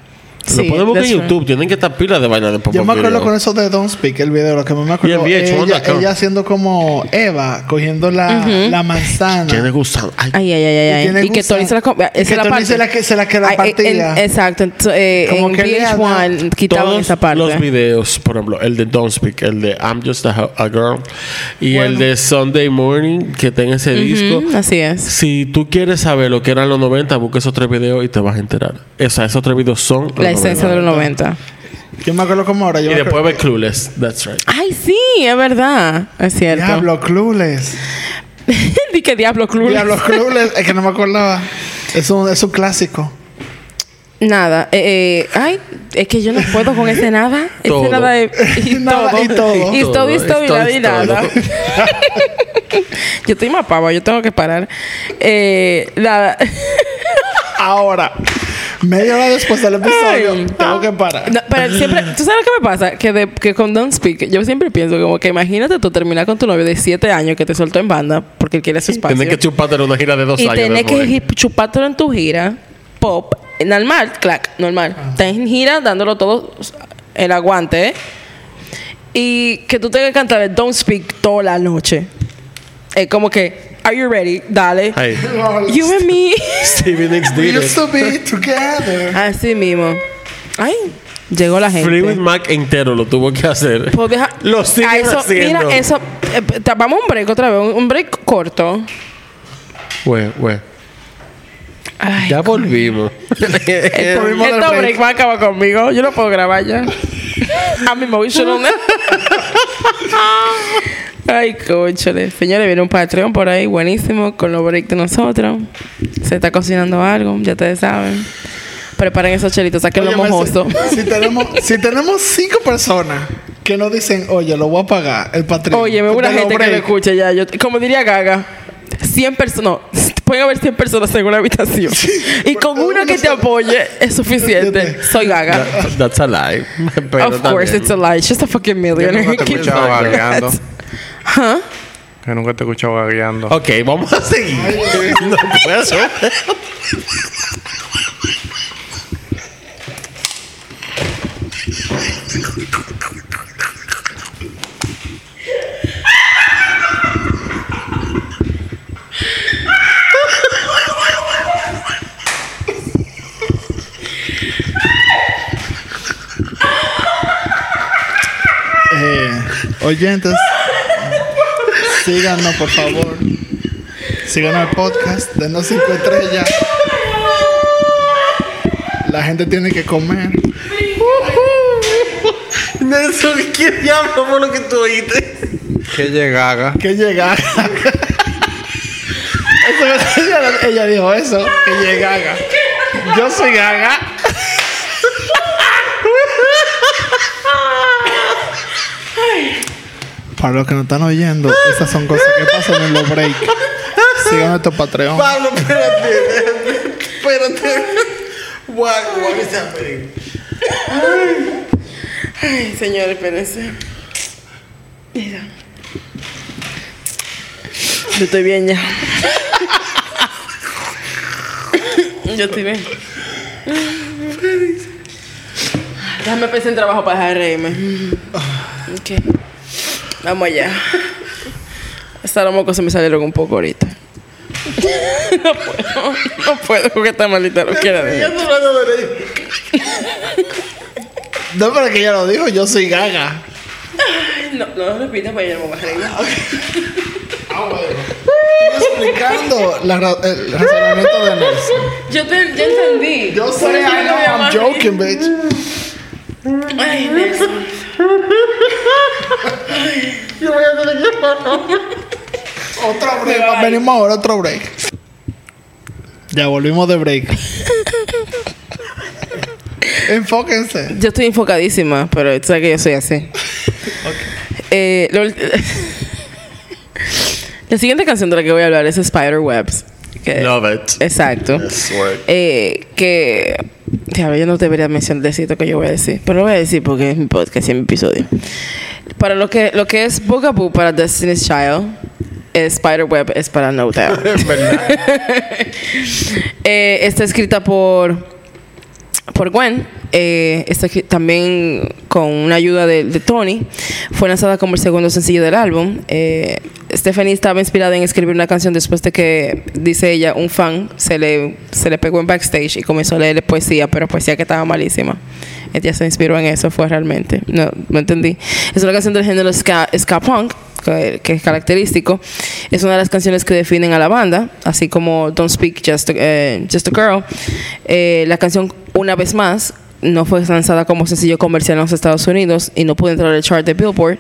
Sí,
lo pueden buscar en
that's right.
YouTube, tienen que estar pilas de vainas de Pop
Yo
Up
me acuerdo
Video.
con eso de Don't Speak, el video, lo que más me
Y el
acuerdo.
VH1
ella,
de acá.
ella haciendo como Eva, cogiendo la, la manzana.
Tiene gusano. Ay,
Ay, ay, ay, ay,
tiene
ay. Y que
gusano.
Tony se la com- Esa
Y que
es la
Tony
parte.
se la que- se la que la
Ay, en-
partía.
exacto. Entonces, eh,
Como
en
que le da-
VH1 quitaban
todos
esa parte.
los videos, por ejemplo, el de Don't Speak, el de I'm Just a, a Girl y el de Sunday Morning, que tenga ese disco.
Ujú, así es.
Si tú quieres saber lo que eran los 90, busca esos tres videos y te vas a enterar. O sea, esos tres videos son los
La esencia
90.
de los 90.
Yo me acuerdo como ahora. Yo
Y
me
después
acuerdo-
ve Clueless. That's right.
Ay, sí, es verdad. Es cierto.
Diablo Clueless.
Di que Diablo Club.
Diablo Clueless. Es que no me acordaba. Es un, es un clásico.
Nada. eh, eh, ay, es que yo no puedo con ese nada.
Todo.
Ese nada es. Y
Nada,
todo.
y todo.
Y todo, y
Todo,
todo, y
todo,
nada, y
es todo.
nada. Yo estoy más pava, yo tengo que parar. Eh, nada.
Ahora. Media hora después del episodio.
Ay.
tengo que parar.
No, pero siempre, ¿tú sabes lo que me pasa? Que, de, que con Don't Speak, yo siempre pienso como que imagínate tú terminar con tu novio de 7 años que te soltó en banda porque él quiere su Este espacio.
Tienes que chuparte en una gira de dos
y
años.
tenés que
después.
hip- chupártelo en tu gira, pop, normal, clac, normal.
Ah.
Estás en gira dándolo todo el aguante, ¿eh? Y que tú tengas que cantar el Don't Speak toda la noche. Es como que, ¿Are you ready? Dale.
Hey,
You and me.
Stevie Nicks
We
did
used
it.
to be together.
Así mismo. Ay, llegó la gente.
Fleetwood Mac entero lo tuvo que hacer.
Pues deja-
Lo siguen
Ah, eso-
haciendo.
Mira, eso. eh, ta- vamos a un break otra vez, un, un break corto.
Güey, güey.
Ay,
Ya volvimos.
el
volvimos del
Eh, break.
break.
va a acabar conmigo. Yo no puedo grabar ya. A mi móvil yo no me- Ay, cóchale. Señores, viene un Patreon por ahí buenísimo con los breaks de nosotros. Se está cocinando algo, ya ustedes saben. Preparen esos chelitos, saquen lo
Oye, Merce,
mojoso.
Si tenemos, si tenemos cinco personas que nos dicen, oye, lo voy a pagar, el patrón.
Oye, me una gente que lo escuche ya. Yo, como diría Gaga, 100 personas. Pueden haber 100 personas en una habitación. Y con
pero
una que
una
te
sola.
apoye es suficiente.
Entiende.
Soy Gaga.
That- That's a lie. Pero
of course,
también.
it's a lie. She's a fucking millionaire.
nunca te he
Keep
escuchado
doing that.
gagueando.
Huh?
Que nunca te he escuchado gagueando.
Ok, vamos a seguir. no puedo.
Eh, oyentes, síganos, por favor. Síganos el podcast, denos cinco estrellas. La gente tiene que comer.
Nelson, ¿qué diablo fue lo que tú oíste?
Que llegaga.
Que llega. Eso- ella, ella dijo eso, que llega Gaga. Yo soy Gaga. Para los que no están oyendo, esas son cosas que pasan en los breaks. Sigan nuestro Patreon.
Pablo, espérate. Espérate. Guau, guau, que sea feliz.
Ay, señor, espérense. Mira. Yo estoy bien ya. Yo estoy bien. Déjame pensar en trabajo para dejar de reírme. Ok. Vamos allá. Hasta los mocos se me salieron un poco ahorita. No puedo. No puedo con esta maldita loquera de mí.
Ya tú lo has de ver.
No, pero que ella lo dijo, yo soy Gaga.
No, no lo repito para yo no me voy a reír.
Estoy explicando la ra- el razonamiento de Nelson.
Yo, te, yo entendí.
Yo
Por
soy
eso yo no
I know
voy a
I'm
más
joking, bitch.
reír. Ay, Nelson.
Otro break. Venimos ahora a otro break. Ya volvimos de break. Enfóquense.
Yo estoy enfocadísima, pero tú sabes que yo soy así. Eh, lo ul- la siguiente canción de la que voy a hablar es Spider Webs. que-
Love it.
Exacto.
Yes, work.
Eh, que. Diablo, yo no debería mencionar decir lo que yo voy a decir. Pero lo voy a decir porque es mi podcast y es mi episodio. Para lo que, lo que es Bugaboo para Destiny's Child, eh, Spiderweb es para No Doubt. Eh, está escrita por, por Gwen. eh, está escri- también con una ayuda de, de Tony. Fue lanzada como el segundo sencillo del álbum. Eh, Stephanie estaba inspirada en escribir una canción después de que, dice ella, un fan se le, se le pegó en backstage y comenzó a leerle poesía, pero poesía que estaba malísima. Ella se inspiró en eso, fue realmente. No, no entendí. Es una canción del género ska, ska punk que que es característico. Es una de las canciones que definen a la banda, así como Don't Speak Just a, eh, Just a Girl. Eh, la canción, una vez más, no fue lanzada como sencillo comercial en los Estados Unidos y no pudo entrar al chart de Billboard,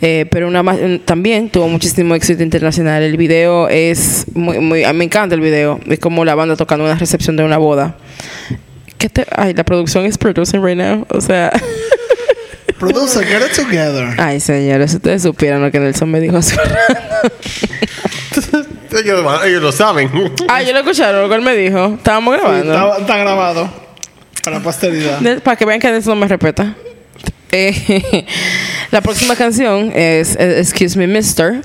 Eh, pero una más, también tuvo muchísimo éxito internacional. El video es muy, muy, a mí me encanta el video, es como la banda tocando una recepción de una boda. ¿Qué te- ay, la producción es producing right now, o sea...
Producer, get it together.
Ay, señores, ustedes supieran lo que Nelson me dijo hace un rato.
Ellos, van- ellos lo saben.
Ah, yo lo escucharon, lo que él me dijo. Estábamos grabando.
Está, está grabado. Para posteridad.
De- Para que vean que Nelson no me respeta. Eh, la próxima canción es eh, Excuse Me Mister.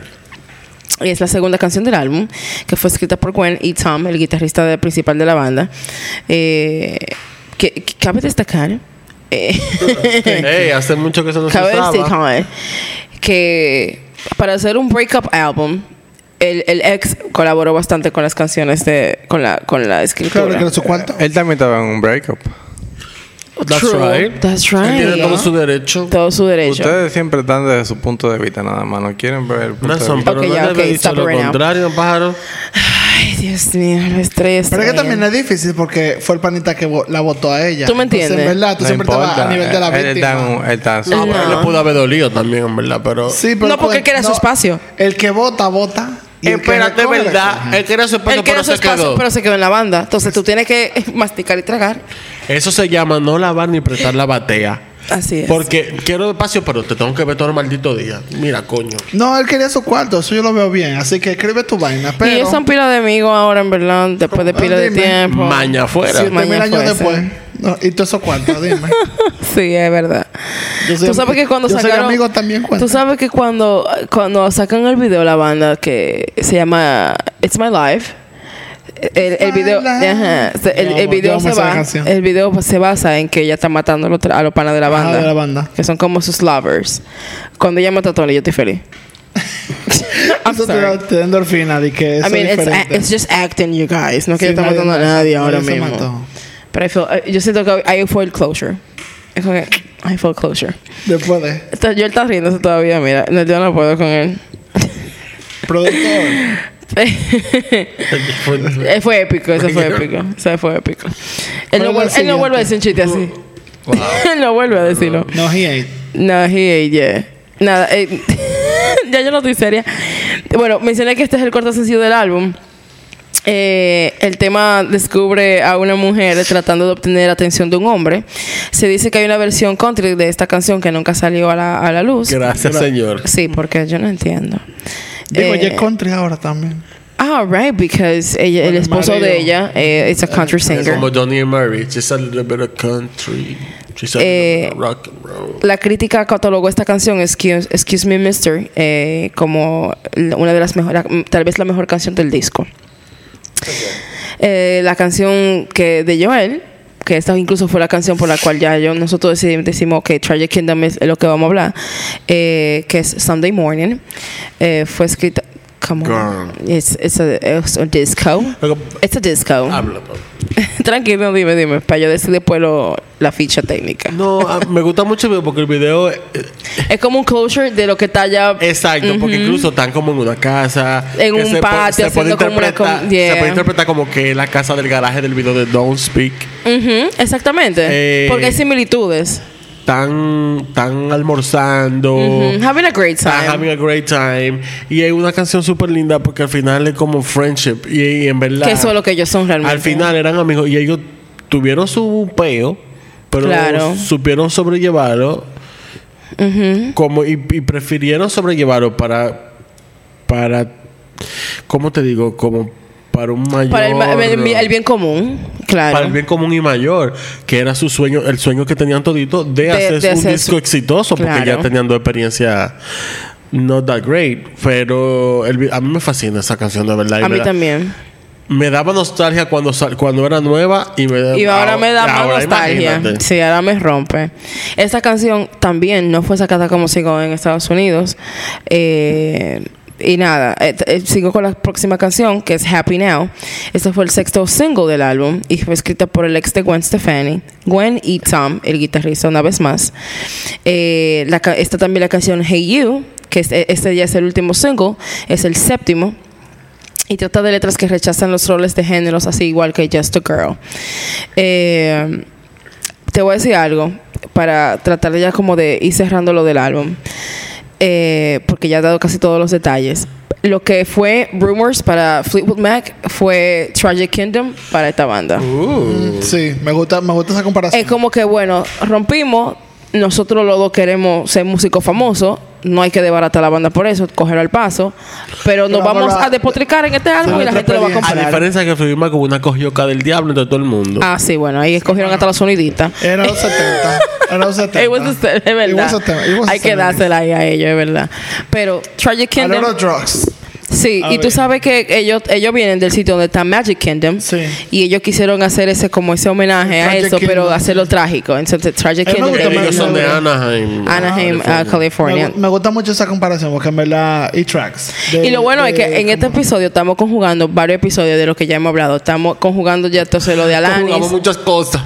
Y es la segunda canción del álbum, que fue escrita por Gwen y Tom, el guitarrista de- principal de la banda. Eh, que, que cabe destacar. eh,
Ey, hace mucho que eso no se
Cabe
usaba.
destacar que para hacer un breakup album, el, el ex colaboró bastante con las canciones de con la con la escritura.
Claro, que era su cuarto.
Él también estaba en un breakup.
That's
True.
right.
That's right.
Él tiene todo su derecho.
Todo su derecho.
Ustedes siempre están desde su punto de vista nada más. No quieren ver el punto de
Nelson,
vista.
pero
Ok,
no
ya,
debe
ok,
dicho
stop
lo
right now.
contrario, pájaro.
Ay, Dios mío, el estrés.
Pero es que también es difícil porque fue el panita que vo- la votó a ella.
Tú me
Entonces,
entiendes.
en verdad, Ah, tú
No
siempre estabas
importa. eh,
a nivel de la
Él está en un-
víctima.
él está en su-
No, Ah, pero
No.
le pudo haber dolido también, en verdad, pero...
Sí, pero
No, porque
cuen-
él quería su espacio.
El que vota, vota. y el que
Espérate,
recoge,
¿verdad?
recoge.
Él quería su espacio,
Él quería
pero
su
se
espacio,
quedó.
pero se quedó en la banda. Entonces tú tienes que eh, masticar y tragar.
Eso se llama no lavar ni prestar la batea.
Así es.
Porque quiero espacio, pero te tengo que ver todo el maldito día. Mira, coño.
No, él quería su cuarto. Eso yo lo veo bien. Así que escribe tu vaina.
y
Pero
ellos son pila de amigos ahora, en verdad, después de
Ah,
pila de
dime.
tiempo.
Maña afuera.
Sí,
siete mil
mañana pues, eh.
años
fue,
después.
sí.
No, y tú esos cuartos, dime.
Sí, es verdad.
Yo soy
tú sabes
ami-
que cuando
yo soy
sacaron...
amigo también cuenta.
Tú sabes que cuando, cuando sacan el video la banda que se llama It's My Life... El, el
my
video,
life.
ajá, se- el, el
Yo amo, yo
video
amo
se
esa
va,
canción.
el video se basa en que ella está matando a los, tra- a los panas de la
Ajá,
banda,
Ah, de la banda.
que son como sus lovers. Cuando ella mata a Tony, yo estoy feliz. I'm
Eso te
sorry.
da- te da endorfina de que eso
I mean,
es
it's, a-
diferente.
it's just acting, you guys. No
Sí,
que yo esté
nadie-
matando a nadie ahora
nadie se mató.
mismo. Pero I feel- eh, yo siento que ahí fue el closure. Es como que ahí fue el closure.
Después de.
Entonces, yo él está riéndose todavía, mira. No, yo no puedo con él.
Productor.
Eh, fue épico, eso fue épico. Eso fue épico. Él no,
¿Cuál
vuelve,
es el
él no vuelve a decir un chiste así. él no vuelve a decirlo.
No, he ain't.
No, he ain't, yeah. Nada, eh, ya yo no estoy seria. Bueno, mencioné que este es el corto sencillo del álbum. Eh, el tema descubre a una mujer tratando de obtener atención de un hombre. Se dice que hay una versión country de esta canción que nunca salió a la, a la luz.
Gracias, señor.
Sí, porque yo no entiendo.
Digo,
Eh,
ya es country ahora también.
Ah, right, because ella- el
Bueno,
esposo
marido.
de ella eh, es a country
Es
singer.
como Johnny and Mary. She's a little bit of country. She's a
Eh,
little bit of rock and roll.
La crítica catalogó esta canción, Excuse, Excuse Me Mister, eh, como la- una de las mejores, tal vez la mejor canción del disco. Eh, la canción que de Joel, que esta incluso fue la canción por la cual ya yo, nosotros decidimos, decimos que Tragic Kingdom es lo que vamos a hablar, eh, que es Sunday Morning, eh, fue escrita... Come on. It's, it's, a, it's a disco.
Luego,
It's a disco.
Habla, papá.
Tranquilo, dime, dime. Para yo decir después lo- la ficha técnica.
No, ah, me gusta mucho el video porque el video. eh,
Es como un closure de lo que está ya.
Exacto, porque incluso están como en una casa.
En
que
un
se po-
patio,
se puede
haciendo como una
interpretar-
com- yeah.
Se puede interpretar como que es la casa del garaje del video de Don't Speak.
Ujú, exactamente.
Eh,
Porque hay similitudes.
Están, están almorzando.
Ujú, Having a great
Están oh. Ah, having
time.
a great time. Y es una canción súper linda porque al final es como friendship. Y, y en verdad.
Que eso es lo que ellos son realmente.
Al final eran amigos y ellos tuvieron su peo, pero
Claro.
supieron sobrellevarlo
Ujú.
como y, y prefirieron sobrellevarlo para para ¿cómo te digo? Como para un mayor
Para el, ma- el- el bien común. Claro.
para el bien común y mayor, que era su sueño, el sueño que tenían todito de, hacer
de
un
hacer
disco
su-
exitoso, porque ya
Claro.
tenían dos experiencias not that great, pero el vi- a mí me fascina esa canción de verdad. y
a
me
mí
da-
también.
me daba nostalgia cuando, sal- cuando era nueva y me da-
Y ahora me da más
Ah, ahora
nostalgia.
imagínate.
Sí, ahora me rompe. Esta canción también no fue sacada como sigo en Estados Unidos. Eh, y nada, eh, eh, sigo con la próxima canción que es Happy Now. Este fue el sexto single del álbum y fue escrita por el ex de Gwen Stefani, Gwen y Tom, el guitarrista una vez más. Eh, la ca- está también la canción Hey You, que es- eh, este ya es el último single, es el séptimo y trata de letras que rechazan los roles de géneros, así igual que Just a Girl. Eh, te voy a decir algo para tratar de ya como de ir cerrando lo del álbum, eh, porque ya he dado casi todos los detalles. Lo que fue Rumors para Fleetwood Mac fue Tragic Kingdom para esta banda.
Sí, me gusta, me gusta esa comparación.
Es como que, bueno, rompimos. Nosotros los dos queremos ser músicos famosos. No hay que desbaratar la banda por eso, coger al paso. Pero nos
Pero
vamos
ahora-
a despotricar en este álbum y la
otra
gente lo va a
experiencia.
A
comprar.
diferencia que fuimos como una cogioca del diablo entre todo el mundo.
Ah, sí, bueno, ahí escogieron hasta la sonidita.
Era los 70. Era los 70.
It was a se- es
It
verdad.
was a tema- it was a
Hay que
tema.
dársela ahí a ellos, es verdad. Pero Tragic
A lot
Kingdom.
of drugs.
Sí,
A
y tú
ver.
sabes que ellos, ellos vienen del sitio donde está Magic Kingdom.
Sí.
Y ellos quisieron hacer ese como ese homenaje a
Tragic
eso, pero
Kingdom.
hacerlo trágico. Entonces, Tragic
A mí me
Kingdom.
gusta
Ellos
es-
más
son de
California.
Anaheim.
Anaheim, ah, California.
Me, gu- me gusta mucho esa comparación porque en verdad, y tracks. De-
Y lo bueno es
de-
que en este episodio estamos conjugando varios episodios de lo que ya hemos hablado. Estamos conjugando ya entonces lo de Alanis.
Jugamos muchas cosas.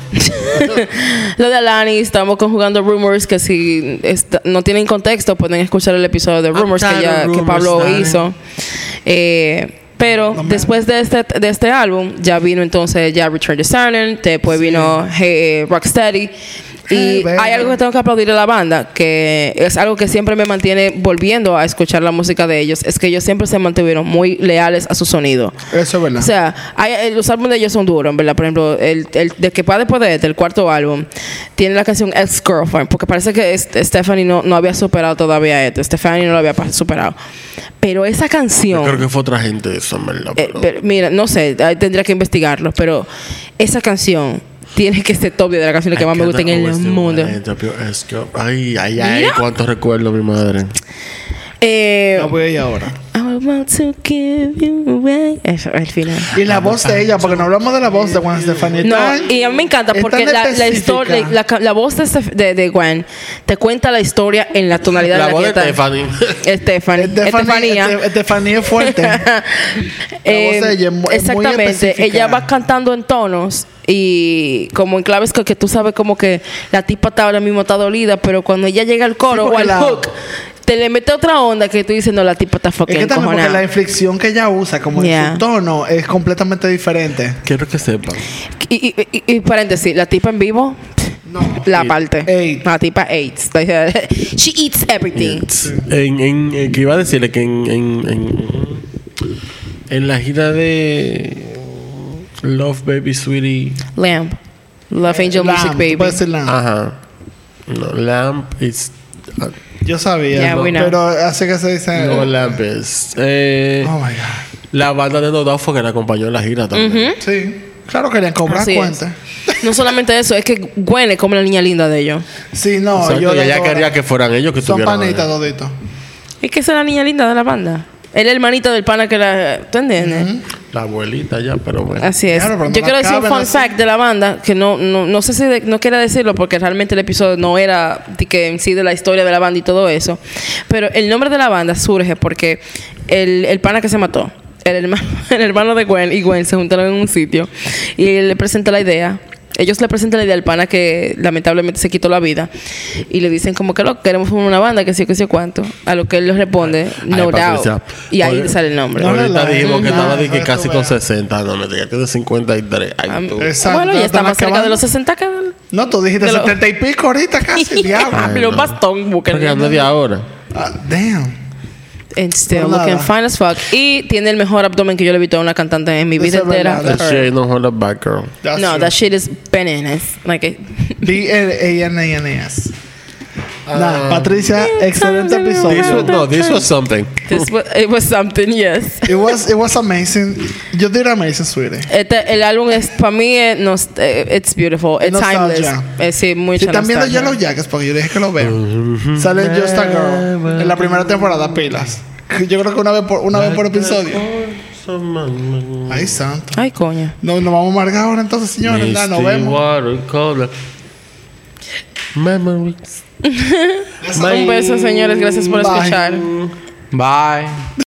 lo de Alanis, estamos conjugando rumors que si est- no tienen
Ah,
contexto pueden escuchar el episodio de rumors que,
tired
ya,
of
que
rumors,
Pablo
darling.
hizo. Eh, Pero después de este, de este álbum, ya vino entonces ya Return to Saturn, después vino hey, eh, Rocksteady. Y
Hey, baby.
hay algo que tengo que aplaudir a la banda, que es algo que siempre me mantiene volviendo a escuchar la música de ellos, es que ellos siempre se mantuvieron muy leales a su sonido.
Eso es verdad.
O sea, hay- eh, los álbumes de ellos son duros, en ¿verdad? Por ejemplo, el, el de que va después de este, el cuarto álbum, tiene la canción Ex Girlfriend, porque parece que es- Stephanie no, no había superado todavía esto. Stephanie no lo había pa- superado. Pero esa canción.
Yo creo que fue otra gente eso, en verdad.
eh,
pero-
pero mira, no sé, ahí tendría que investigarlo, pero esa canción tiene que ser top 10 de las canciones que más me gustan en el mundo.
Es que- Ay, ay, ay,
Mira.
cuántos recuerdos, mi madre.
Eh,
No pues. voy a ir ahora.
I want to give you away. Eso, el final.
Y la voz de ella, porque no hablamos de la voz de Juan Stefani.
No,
Tan-
y a mí me encanta
es
porque
tan
la, la
específica.
historia, la, ca- la voz de, Steph- de, de Gwen te cuenta la historia en la tonalidad
La
de la
voz
que
de
está- Stephanie.
Stephanie.
Estefani-
Estefanía.
Eh, Este- Estefani es fuerte.
Eh,
voz de ella es mu- es muy
exactamente.
específica.
ella va cantando en tonos y como en claves que, que tú sabes como que la tipa está ahora mismo está dolida, pero cuando ella llega al coro
Sí,
o
porque
al
la-
hook, te le mete otra onda que tú dices, no, la tipa está
es
fucking
que también porque la
encojonada.
inflexión que ella usa, como en
Yeah.
su tono, es completamente diferente.
Quiero que sepan.
Y, y, y, y paréntesis, la tipa en vivo. La parte.
Eight.
La tipa eats. She eats everything.
En, en, eh, que iba a decirle que en, en, en, en la gira de Love Baby Sweetie.
Lamb. Love Angel
Eh, Lamb,
Music
tú
Baby.
puedes decir Lamb.
Ajá. No, Lamp is. ah,
Yo sabía.
Yeah,
¿no?
we know.
Pero así que se dice. eh,
No, Lamp is. Eh,
Oh my God.
La banda de No Doubt fue que la acompañó en la gira también.
Sí. Claro que le han cobrado
Así es.
cuenta.
No solamente eso, es que Gwen es como la niña linda de ellos.
Sí, no.
Exacto,
yo
y
la
ella
adoro.
quería que fueran ellos que
Son
estuvieran
panitas
ahí.
toditos.
Es que esa es la niña linda de la banda. El hermanito del pana que la. ¿Tú entiendes?
La abuelita ya, pero bueno.
Así es.
Claro, pero no
Yo
la
quiero decir un
caben
fun
así.
fact de la banda que no, no, no sé si de- no quería decirlo porque realmente el episodio no era de que en sí de la historia de la banda y todo eso. Pero el nombre de la banda surge porque el, el pana que se mató, el hermano, el hermano de Gwen y Gwen se juntaron en un sitio y él le presenta la idea. Ellos le presentan la idea al pana que lamentablemente se quitó la vida y le dicen como que lo queremos formar una banda que sí que sí cuánto a lo que él les responde no
Ay,
doubt
Patricia,
y ahí
oye,
le sale el nombre
No,
ahorita
no, no,
dijimos que
no,
estaba de
no,
que
no,
casi
no,
con
no.
60, no me digas que de 53. Ay,
Am-
tú.
Exacto,
bueno, ya está
están
más cerca de
acabando.
los 60 que del-
No, tú dijiste
De lo-
70 y pico ahorita casi, diablo.
Habló Ah, bastón,
Porque
Buchanan.
ando de ahora.
Ah, damn.
este, And still
Nada.
looking fine as fuck. Y tiene el mejor abdomen que yo le he visto a una cantante en mi
Eso
vida
es
entera.
verdad.
That shit don't hold us back, girl.
That's
no,
true.
that shit is bananas. Like it-
B-L-A-N-A-N-S.
Ah.
Nah, Patricia, excelente
This was,
episodio.
no, this was something.
this was, it was something, yes.
It was, it was amazing. Yo diría amazing, sweetie.
Este, el álbum es, para mí, es nos- eh, it's beautiful. It's
Nostalgia.
timeless. Eh, sí,
Si
mucha
están viendo
nostalgia.
Yellow Jackets, porque yo dije que lo veo, sale Just a Girl en la primera temporada, pilas. Yo creo que una vez por, una vez por episodio. Ay, santo.
Ay, coño.
No, nos vamos a amargar ahora entonces, señores. Nah, nos
Misty
vemos.
watercolor. Memories.
Un beso, señores. Gracias por
Bye.
escuchar.
Bye.